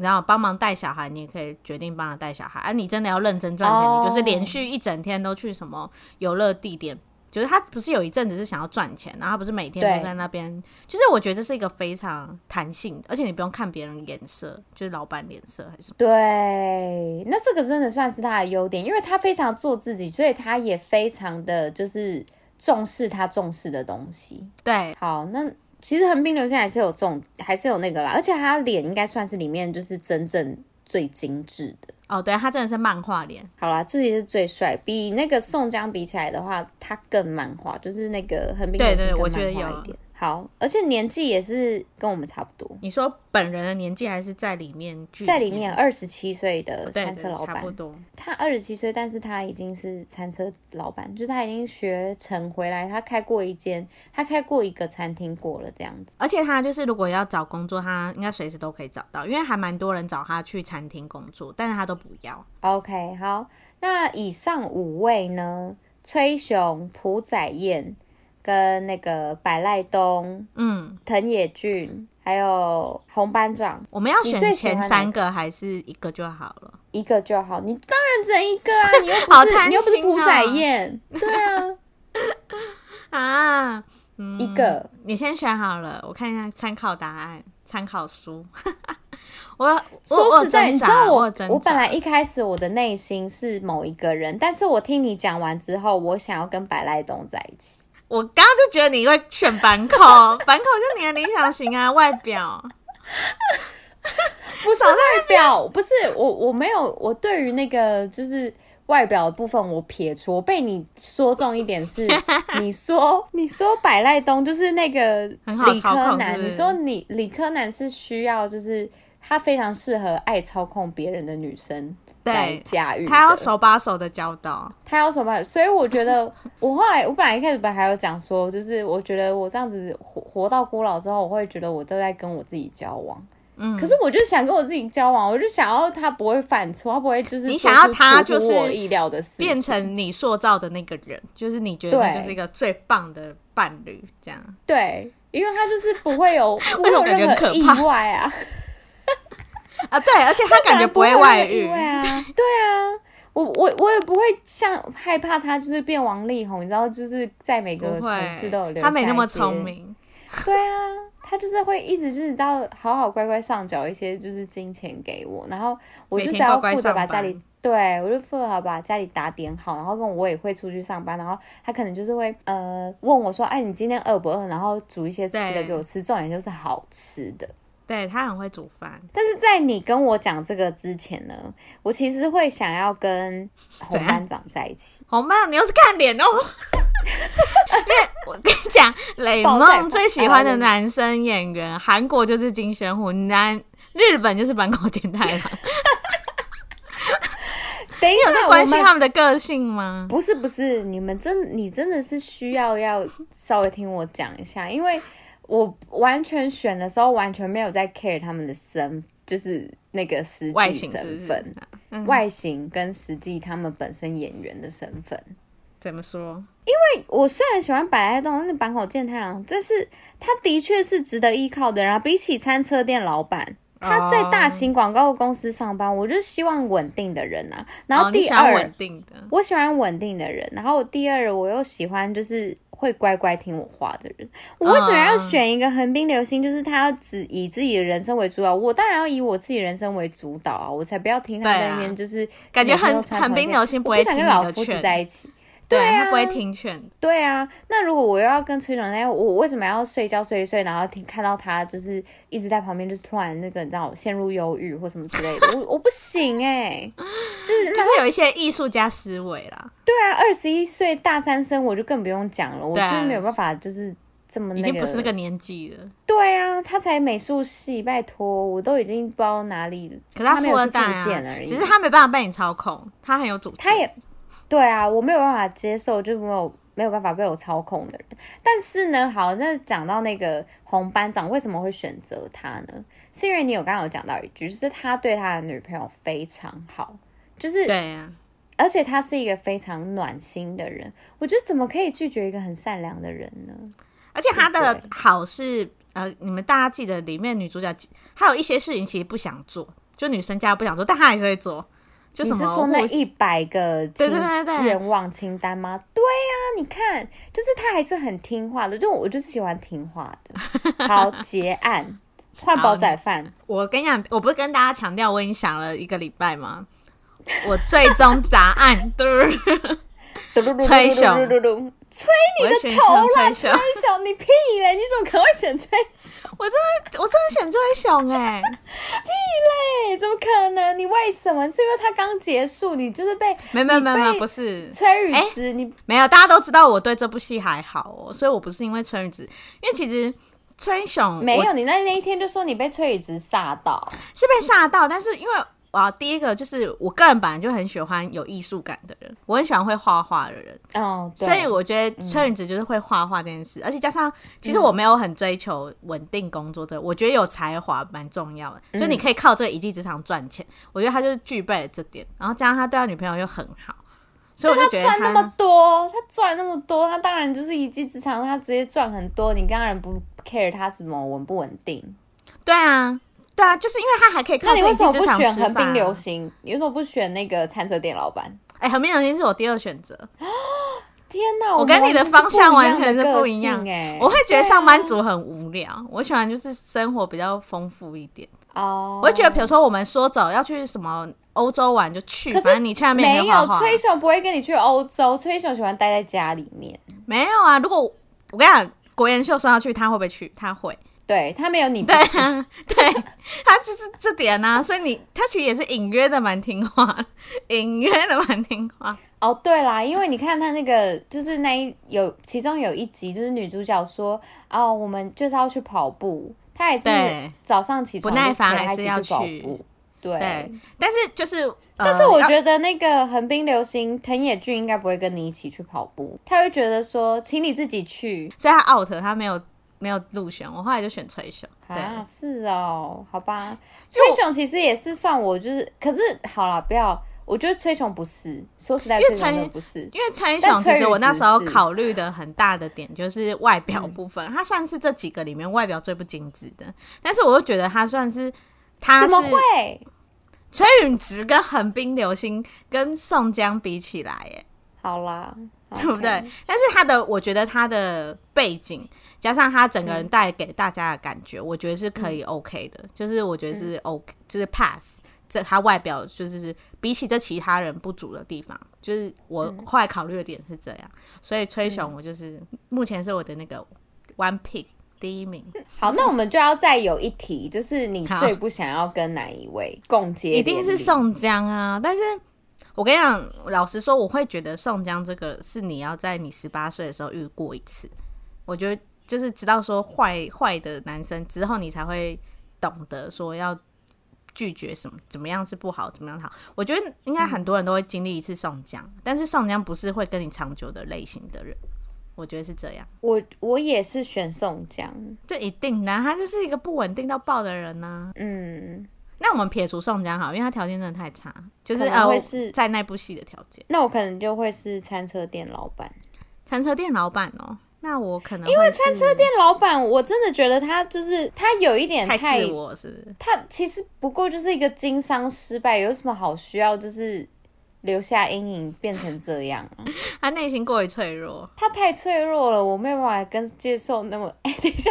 [SPEAKER 2] 然后帮忙带小孩，你也可以决定帮他带小孩。啊，你真的要认真赚钱
[SPEAKER 1] 哦
[SPEAKER 2] 你就是连续一整天都去什么游乐地点。就是他不是有一阵子是想要赚钱，然后他不是每天
[SPEAKER 1] 对
[SPEAKER 2] 都在那边。就是我觉得这是一个非常弹性的，而且你不用看别人脸色，就是老板脸色还是什么。
[SPEAKER 1] 对，那这个真的算是他的优点，因为他非常做自己，所以他也非常的就是重视他重视的东西。
[SPEAKER 2] 对，
[SPEAKER 1] 好，那其实横滨流星还是有重，还是有那个啦，而且他脸应该算是里面就是真正最精致的。
[SPEAKER 2] 哦，对他真的是漫画脸，
[SPEAKER 1] 好啦，这里是最帅，比那个宋江比起来的话，他更漫画，就是那个横滨流
[SPEAKER 2] 对
[SPEAKER 1] 星
[SPEAKER 2] 对
[SPEAKER 1] 更
[SPEAKER 2] 我觉得
[SPEAKER 1] 漫画
[SPEAKER 2] 有嗯
[SPEAKER 1] 一点。好，而且年纪也是跟我们差不多，
[SPEAKER 2] 你说本人的年纪还是在里面剧
[SPEAKER 1] 在里面啊二十七岁的
[SPEAKER 2] 对
[SPEAKER 1] 餐车
[SPEAKER 2] 对，
[SPEAKER 1] 老
[SPEAKER 2] 差
[SPEAKER 1] 板
[SPEAKER 2] 不，多。
[SPEAKER 1] 他二十七岁，但是他已经是餐车老板，就是他已经学成回来，他开过一间，他开过一个餐厅过了这样子。
[SPEAKER 2] 而且他就是如果要找工作，他应该随时都可以找到，因为还蛮多人找他去餐厅工作，但是他都不要。
[SPEAKER 1] OK，好，那以上五位呢，崔雄、朴宰彦跟那个百濑东、
[SPEAKER 2] 嗯，
[SPEAKER 1] 藤野俊，还有红班长，
[SPEAKER 2] 我们要
[SPEAKER 1] 你
[SPEAKER 2] 选
[SPEAKER 1] 最喜欢
[SPEAKER 2] 前
[SPEAKER 1] 哪一
[SPEAKER 2] 三个还是一个就好了？
[SPEAKER 1] 一个就好。你当然只能一个啊，你又
[SPEAKER 2] 好
[SPEAKER 1] 不是
[SPEAKER 2] 贪
[SPEAKER 1] 你又不是
[SPEAKER 2] 心
[SPEAKER 1] 朴
[SPEAKER 2] 啊
[SPEAKER 1] 宰彦，对啊，
[SPEAKER 2] 啊，
[SPEAKER 1] 一个。
[SPEAKER 2] 你先选好了，我看一下参考答案、参考书。 我有我
[SPEAKER 1] 说
[SPEAKER 2] 我
[SPEAKER 1] 实在，
[SPEAKER 2] 挣
[SPEAKER 1] 你知
[SPEAKER 2] 扎，
[SPEAKER 1] 道
[SPEAKER 2] 我
[SPEAKER 1] 我
[SPEAKER 2] 有挣，扎
[SPEAKER 1] 我本来一开始我的内心是某一个人，但是我听你讲完之后，我想要跟白赖东在一起。
[SPEAKER 2] 我刚刚就觉得你会选板口， 板口就你的理想型啊，外表
[SPEAKER 1] 不是外表，不是我，我没有，我对于那个就是外表的部分，我撇除。我被你说中一点 是，你说你说百赖东就是那个
[SPEAKER 2] 很好
[SPEAKER 1] 理
[SPEAKER 2] 操控
[SPEAKER 1] 科
[SPEAKER 2] 是
[SPEAKER 1] 男，
[SPEAKER 2] 不是
[SPEAKER 1] 你说你理科男是需要就是。他非常适合爱操控别人的女生
[SPEAKER 2] 对
[SPEAKER 1] 来驾驭的，
[SPEAKER 2] 他要手把手的教导。
[SPEAKER 1] 他要什么？所以我觉得，我后来我本来一开始本来还有讲说，就是我觉得我这样子活活到孤老之后，我会觉得我都在跟我自己交往。
[SPEAKER 2] 嗯
[SPEAKER 1] 可是我就想跟我自己交往，我就想要他不会犯错，他不会就是
[SPEAKER 2] 你
[SPEAKER 1] 做
[SPEAKER 2] 想要
[SPEAKER 1] 出
[SPEAKER 2] 他
[SPEAKER 1] 出乎
[SPEAKER 2] 就是
[SPEAKER 1] 我意料的事情，
[SPEAKER 2] 变成你塑造的那个人，就是你觉得那
[SPEAKER 1] 对
[SPEAKER 2] 就是一个最棒的伴侣，这样
[SPEAKER 1] 对，因为他就是不会 有不会
[SPEAKER 2] 什么
[SPEAKER 1] 有
[SPEAKER 2] 感觉
[SPEAKER 1] 任
[SPEAKER 2] 很
[SPEAKER 1] 何
[SPEAKER 2] 可
[SPEAKER 1] 意
[SPEAKER 2] 怕
[SPEAKER 1] 外啊，
[SPEAKER 2] 啊， 对，而且他感觉不会外遇，
[SPEAKER 1] 对啊，对啊，我我我也不会像害怕他就是变王力宏，你知道，就是在每个
[SPEAKER 2] 不
[SPEAKER 1] 城市都有
[SPEAKER 2] 会，
[SPEAKER 1] 留
[SPEAKER 2] 他没
[SPEAKER 1] 下
[SPEAKER 2] 那
[SPEAKER 1] 一
[SPEAKER 2] 么
[SPEAKER 1] 些
[SPEAKER 2] 聪明，
[SPEAKER 1] 对啊，他就是会一直就是到好好乖乖上缴一些就是金钱给我，然后我就
[SPEAKER 2] 每
[SPEAKER 1] 只
[SPEAKER 2] 天
[SPEAKER 1] 要
[SPEAKER 2] 乖乖
[SPEAKER 1] 负责
[SPEAKER 2] 上
[SPEAKER 1] 把
[SPEAKER 2] 班
[SPEAKER 1] 家里，对我就负责把家里打点好，然后跟我也会出去上班，然后他可能就是会呃问我说，哎，你今天饿不饿？然后煮一些吃的
[SPEAKER 2] 对
[SPEAKER 1] 给我吃，重点就是好吃的。
[SPEAKER 2] 对他很会煮饭，
[SPEAKER 1] 但是在你跟我讲这个之前呢，我其实会想要跟红
[SPEAKER 2] 怎样
[SPEAKER 1] 班长在一起。
[SPEAKER 2] 红妹，你又是看脸哦。 因为我跟你讲，雷
[SPEAKER 1] 爆炸
[SPEAKER 2] 梦最喜欢的男生演员，韩国就是金宣虎，男日本就是坂口健 太郎。
[SPEAKER 1] 等一
[SPEAKER 2] 你有
[SPEAKER 1] 下，
[SPEAKER 2] 在
[SPEAKER 1] 我
[SPEAKER 2] 关心
[SPEAKER 1] 们
[SPEAKER 2] 他们的个性吗？
[SPEAKER 1] 不是不是，你们真你真的是需要要稍微听我讲一下，因为我完全选的时候完全没有在 care 他们的身，就是那个实
[SPEAKER 2] 外
[SPEAKER 1] 际
[SPEAKER 2] 形是不
[SPEAKER 1] 身
[SPEAKER 2] 是
[SPEAKER 1] 份、
[SPEAKER 2] 嗯
[SPEAKER 1] 外形跟实际他们本身演员的身份。
[SPEAKER 2] 怎么说？
[SPEAKER 1] 我虽然喜欢百濑洞，但是坂口健太郎，但是他的确是值得依靠的人啊。比起餐车店老板，
[SPEAKER 2] 哦
[SPEAKER 1] 他在大型广告公司上班，我就希望稳定的人啊。然后
[SPEAKER 2] 哦你
[SPEAKER 1] 第
[SPEAKER 2] 喜欢
[SPEAKER 1] 二，
[SPEAKER 2] 稳定的，
[SPEAKER 1] 我喜欢稳定的人，然后第二我又喜欢就是会乖乖听我话的人。我为什么
[SPEAKER 2] 啊
[SPEAKER 1] 要选一个横滨流星？就是他要只以自己的人生为主导，我当然要以我自己人生为主导啊，我才不要听他
[SPEAKER 2] 对
[SPEAKER 1] 在
[SPEAKER 2] 啊
[SPEAKER 1] 那边就是
[SPEAKER 2] 感觉
[SPEAKER 1] 每天都
[SPEAKER 2] 横
[SPEAKER 1] 穿
[SPEAKER 2] 横
[SPEAKER 1] 同一
[SPEAKER 2] 滨
[SPEAKER 1] 件
[SPEAKER 2] 流星
[SPEAKER 1] 我
[SPEAKER 2] 不
[SPEAKER 1] 不
[SPEAKER 2] 会
[SPEAKER 1] 想
[SPEAKER 2] 听
[SPEAKER 1] 跟
[SPEAKER 2] 你
[SPEAKER 1] 老
[SPEAKER 2] 的
[SPEAKER 1] 夫子
[SPEAKER 2] 劝
[SPEAKER 1] 在一起。
[SPEAKER 2] 对
[SPEAKER 1] 啊
[SPEAKER 2] 他不会听劝的。
[SPEAKER 1] 对啊，那如果我要跟崔长那样，我为什么要睡觉睡一睡，然后听看到他就是一直在旁边，就是突然那个你知道陷入忧郁或什么之类的，我我不行哎、就是就
[SPEAKER 2] 就是有一些艺术家思维啦，
[SPEAKER 1] 对啊，二十一岁大三生我就更不用讲了，我
[SPEAKER 2] 对
[SPEAKER 1] 真
[SPEAKER 2] 啊
[SPEAKER 1] 的没有办法就是这么
[SPEAKER 2] 已
[SPEAKER 1] 那个，
[SPEAKER 2] 经不是那个年纪了。
[SPEAKER 1] 对啊，他才美术系，拜托，我都已经不知道哪里，
[SPEAKER 2] 可是他
[SPEAKER 1] 没
[SPEAKER 2] 富
[SPEAKER 1] 有
[SPEAKER 2] 二
[SPEAKER 1] 去
[SPEAKER 2] 代
[SPEAKER 1] 复
[SPEAKER 2] 啊
[SPEAKER 1] 健而，已，
[SPEAKER 2] 只是他没办法被你操控，他很有主见。
[SPEAKER 1] 他也对啊，我没有办法接受，就没有没有办法被我操控的人。但是呢，好，那讲到那个红班长为什么会选择他呢？是因为你有刚刚有讲到一句，就是他对他的女朋友非常好，就是
[SPEAKER 2] 对啊，
[SPEAKER 1] 而且他是一个非常暖心的人。我觉得怎么可以拒绝一个很善良的人呢？
[SPEAKER 2] 而且他的
[SPEAKER 1] 对
[SPEAKER 2] 好是呃，你们大家记得里面女主角还有一些事情其实不想做，就女生家不想做，但她还是会做，就
[SPEAKER 1] 你
[SPEAKER 2] 什
[SPEAKER 1] 是
[SPEAKER 2] 么
[SPEAKER 1] 说那
[SPEAKER 2] 互
[SPEAKER 1] 一百个
[SPEAKER 2] 对
[SPEAKER 1] 清
[SPEAKER 2] 对对对
[SPEAKER 1] 愿望清单吗？对呀、你看，就是他还是很听话的，就我就是喜欢听话 的。好，结案，换煲仔饭，
[SPEAKER 2] 我跟你讲，我不是跟大家强调，我已经想了一个礼拜吗？我最终答案， 对不对？
[SPEAKER 1] 嘟噜噜噜噜噜噜噜
[SPEAKER 2] 吹熊
[SPEAKER 1] 吹
[SPEAKER 2] 我
[SPEAKER 1] 你
[SPEAKER 2] 会
[SPEAKER 1] 的
[SPEAKER 2] 选
[SPEAKER 1] 头啦，
[SPEAKER 2] 熊吹
[SPEAKER 1] 吹
[SPEAKER 2] 熊
[SPEAKER 1] 熊，你屁嘞！你怎么可能会选吹熊？
[SPEAKER 2] 我真的，我真的选最熊哎、
[SPEAKER 1] 哎，怎么可能？你为什么？是因为他刚结束，你就是被
[SPEAKER 2] 没没没没，
[SPEAKER 1] 你被
[SPEAKER 2] 不是，
[SPEAKER 1] 崔宇
[SPEAKER 2] 哎
[SPEAKER 1] 植，你
[SPEAKER 2] 没有，大家都知道我对这部戏还好哦，所以我不是因为春雨子，因为其实春熊
[SPEAKER 1] 没
[SPEAKER 2] 我
[SPEAKER 1] 有，你那那一天就说你被崔宇植吓到，
[SPEAKER 2] 是被吓到，但是因为啊，第一个就是我个人本来就很喜欢有艺术感的人，我很喜欢会画画的人，
[SPEAKER 1] 哦，对嗯
[SPEAKER 2] 所以我觉得春雨子就是会画画这件事，而且加上其实我没有很追求稳定工作者，我觉得有才华蛮重要的，
[SPEAKER 1] 嗯
[SPEAKER 2] 就你可以靠这一技之长赚钱，我觉得他就是具备了这点，然后加上他对他女朋友又很好，所以我就觉得
[SPEAKER 1] 赚那么多，他赚那么多，他当然就是一技之长，他直接赚很多。你当然不 care 他什么稳不稳定。
[SPEAKER 2] 对啊。对啊，就是因为他还可以靠
[SPEAKER 1] 那你
[SPEAKER 2] 这
[SPEAKER 1] 为
[SPEAKER 2] 一
[SPEAKER 1] 什
[SPEAKER 2] 技
[SPEAKER 1] 么
[SPEAKER 2] 之
[SPEAKER 1] 不
[SPEAKER 2] 长
[SPEAKER 1] 选
[SPEAKER 2] 吃
[SPEAKER 1] 横
[SPEAKER 2] 饭
[SPEAKER 1] 滨
[SPEAKER 2] 啊
[SPEAKER 1] 流行？你为什么不选那个餐车店老板？
[SPEAKER 2] 哎，很明显是我第二选择。
[SPEAKER 1] 天哪，
[SPEAKER 2] 我
[SPEAKER 1] 我
[SPEAKER 2] 跟你
[SPEAKER 1] 们
[SPEAKER 2] 的方向完全是不
[SPEAKER 1] 不
[SPEAKER 2] 一
[SPEAKER 1] 一
[SPEAKER 2] 样
[SPEAKER 1] 样的个性哎。
[SPEAKER 2] 我会觉得上班族很无聊，我喜欢就是生活比较丰富一点。
[SPEAKER 1] 哦，
[SPEAKER 2] 我会觉得，比如说我们说走要去什么欧洲玩就去，
[SPEAKER 1] 可是
[SPEAKER 2] 反正你去那边也
[SPEAKER 1] 没
[SPEAKER 2] 可以画
[SPEAKER 1] 有
[SPEAKER 2] 画。
[SPEAKER 1] 崔雄不会跟你去欧洲，崔雄喜欢待在家里面。
[SPEAKER 2] 没有啊，如果我我跟你讲，国研秀说要去，他会不会去？他会。
[SPEAKER 1] 对他没有你不
[SPEAKER 2] 对
[SPEAKER 1] 行，
[SPEAKER 2] 啊，对，他就是这点啊，所以你他其实也是隐约的蛮听话 的，隐约的蛮听话。
[SPEAKER 1] 哦，对啦，因为你看他那个，就是那一有其中有一集，就是女主角说，哦，我们就是要去跑步，她也是
[SPEAKER 2] 对
[SPEAKER 1] 早上起床
[SPEAKER 2] 不耐
[SPEAKER 1] 就
[SPEAKER 2] 烦
[SPEAKER 1] 陪她
[SPEAKER 2] 还
[SPEAKER 1] 一
[SPEAKER 2] 是
[SPEAKER 1] 起
[SPEAKER 2] 要
[SPEAKER 1] 去跑
[SPEAKER 2] 去
[SPEAKER 1] 步，对。
[SPEAKER 2] 对，但是就是，
[SPEAKER 1] 但是
[SPEAKER 2] 呃
[SPEAKER 1] 我
[SPEAKER 2] 要
[SPEAKER 1] 觉得那个横滨流星藤野俊应该不会跟你一起去跑步，他会觉得说，请你自己去
[SPEAKER 2] 所以他 out，他没有没有入选，我后来就选崔秀。对，
[SPEAKER 1] 啊，是哦，好吧。崔雄其实也是算我就是，可是好啦，不要，我觉得崔雄不是，说实在，
[SPEAKER 2] 因为
[SPEAKER 1] 崔雄真
[SPEAKER 2] 崔
[SPEAKER 1] 的不是，
[SPEAKER 2] 因为陈
[SPEAKER 1] 但
[SPEAKER 2] 雄，其
[SPEAKER 1] 崔
[SPEAKER 2] 实我
[SPEAKER 1] 宇
[SPEAKER 2] 那
[SPEAKER 1] 植
[SPEAKER 2] 时候
[SPEAKER 1] 是嗯
[SPEAKER 2] 考虑的很大的点就是外表部分，他算是这几个里面外表最不精致的。但是我又觉得他算是，他
[SPEAKER 1] 怎
[SPEAKER 2] 是
[SPEAKER 1] 么会？
[SPEAKER 2] 崔允植跟横滨流星跟宋江比起来，哎，
[SPEAKER 1] 好啦，
[SPEAKER 2] 对不
[SPEAKER 1] OK
[SPEAKER 2] 对？但是他的，我觉得他的背景加上他整个人带给大家的感觉，我觉得是可以 OK 的，就是我觉得是 OK，、就是 pass。这他外表就是比起这其他人不足的地方，就是我后来考虑的点是这样，所以崔雄我就是、目前是我的那个 one pick 第一名，
[SPEAKER 1] 好，那我们就要再有一题，就是你
[SPEAKER 2] 好
[SPEAKER 1] 最不想要跟哪一位共结
[SPEAKER 2] 一
[SPEAKER 1] 连理？
[SPEAKER 2] 定是宋江啊！但是我跟你讲，老实说，我会觉得宋江这个是你要在你十八岁的时候遇过一次，我觉得就是知道说坏坏的男生之后，你才会懂得说要拒绝什么，怎么样是不好，怎么样好。我觉得应该很多人都会经历一次宋江，但是宋江不是会跟你长久的类型的人，我觉得是这样，
[SPEAKER 1] 我，我也是选宋江。
[SPEAKER 2] 这一定的啊、他就是一个不稳定到爆的人啊呢、
[SPEAKER 1] 嗯，
[SPEAKER 2] 那我们撇除宋江好，因为他条件真的太差，就是
[SPEAKER 1] 可能会
[SPEAKER 2] 呃
[SPEAKER 1] 是
[SPEAKER 2] 在那部戏的条件。
[SPEAKER 1] 那我可能就会是餐车店老板。
[SPEAKER 2] 餐车店老板哦，那我可能因为餐车
[SPEAKER 1] 店老板，我真的觉得他就是他有一点
[SPEAKER 2] 太自我是不是？
[SPEAKER 1] 他其实不过就是一个经商失败，有什么好需要就是留下阴影变成这样啊？
[SPEAKER 2] 他内心过于脆弱。
[SPEAKER 1] 他太脆弱了，我没有办法跟接受那么。 哎、等一下，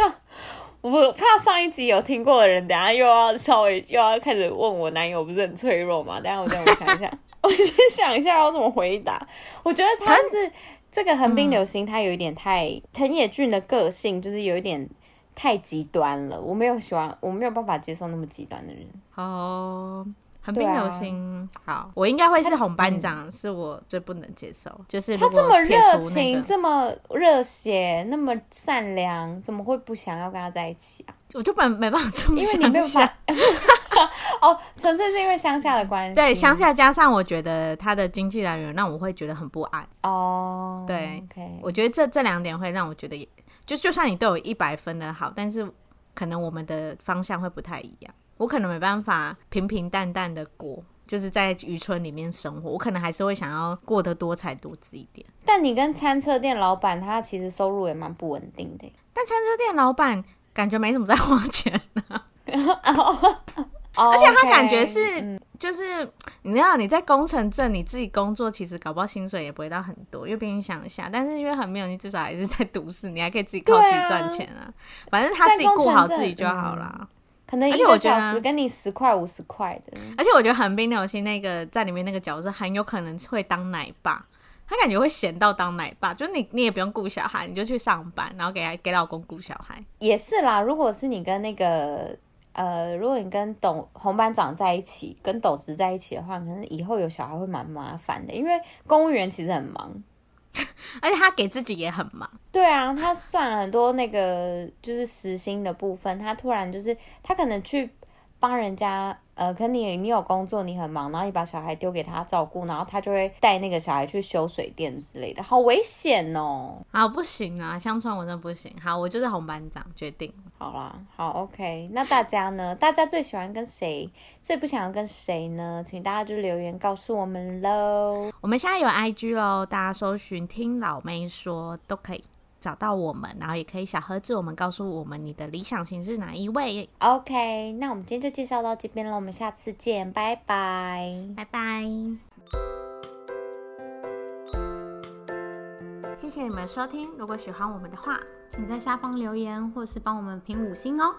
[SPEAKER 1] 我怕上一集有听过的人，等一下又要稍微又要开始问我男友不是很脆弱嘛？等一下我等我想一 下，我先想一下要怎么回答。我觉得他是这个横滨流星，他有一点太藤野俊的个性，就是有一点太极端了。我没有喜欢，我没有办法接受那么极端的人。
[SPEAKER 2] 哦，横
[SPEAKER 1] 对
[SPEAKER 2] 滨
[SPEAKER 1] 啊
[SPEAKER 2] 流星，好，我应该会是红班长，是我最不能接受，就是
[SPEAKER 1] 他
[SPEAKER 2] 如果
[SPEAKER 1] 这么
[SPEAKER 2] 撇
[SPEAKER 1] 热
[SPEAKER 2] 除那
[SPEAKER 1] 情，
[SPEAKER 2] 个
[SPEAKER 1] 这么热血，那么善良，怎么会不想要跟他在一起啊？
[SPEAKER 2] 我就没没办法这么
[SPEAKER 1] 因为
[SPEAKER 2] 想
[SPEAKER 1] 你没有
[SPEAKER 2] 象
[SPEAKER 1] 办法。 哦，纯粹是因为乡下的关系。
[SPEAKER 2] 对乡下加上我觉得他的经济来源让我会觉得很不安，
[SPEAKER 1] 哦，
[SPEAKER 2] 对
[SPEAKER 1] OK，
[SPEAKER 2] 我觉得这这两点会让我觉得也，就就算你对我一百分的好，但是可能我们的方向会不太一样。我可能没办法平平淡淡的过，就是在渔村里面生活，我可能还是会想要过得多彩多姿一点。
[SPEAKER 1] 但你跟餐车店老板，他其实收入也蛮不稳定的耶。
[SPEAKER 2] 但餐车店老板感觉没怎么在花钱，
[SPEAKER 1] 而
[SPEAKER 2] 而且他感觉是
[SPEAKER 1] 嗯
[SPEAKER 2] 就是你知道你在工程镇你自己工作，其实搞不好薪水也不会到很多，因为毕竟乡下。但是因为很没有，你至少还是在都市，你还可以自己靠自
[SPEAKER 1] 对
[SPEAKER 2] 己
[SPEAKER 1] 啊
[SPEAKER 2] 赚钱啊。反正他自己顾好自己就好
[SPEAKER 1] 嗯
[SPEAKER 2] 啦。
[SPEAKER 1] 可能一
[SPEAKER 2] 而且
[SPEAKER 1] 个
[SPEAKER 2] 我觉
[SPEAKER 1] 小
[SPEAKER 2] 得
[SPEAKER 1] 时跟你十块五十块的，
[SPEAKER 2] 而且我觉得横滨流星那个在里面那个角色很有可能会当奶爸，他感觉会闲到当奶爸，就是你你也不用顾小孩，你就去上班，然后给他给老公顾小孩。
[SPEAKER 1] 也是啦。如果是你跟那个呃，如果你跟董红班长在一起，跟斗子在一起的话，可能以后有小孩会蛮麻烦的，因为公务员其实很忙。
[SPEAKER 2] 而且他给自己也很忙，
[SPEAKER 1] 对啊，他算了很多那个就是时薪的部分，他突然就是他可能去帮人家，呃，可你你有工作，你很忙，然后你把小孩丢给他照顾，然后他就会带那个小孩去修水电之类的，好危险哦。
[SPEAKER 2] 啊不行啊，乡村我真的不行。好，我就是红班长决定。
[SPEAKER 1] 好啦，好，OK，那大家呢？大家最喜欢跟谁？最不想要跟谁呢？请大家就留言告诉我们喽。
[SPEAKER 2] 我们现在有 IG 喽，大家搜寻“听老妹说”都可以找到我们，然后也可以小盒子我们告诉我们你的理想型是哪一位。
[SPEAKER 1] OK，那我们今天就介绍到这边了，我们下次见，拜拜。
[SPEAKER 2] 拜拜。谢谢你们收听，如果喜欢我们的话，
[SPEAKER 4] 请在下方留言或是帮我们评五星哦。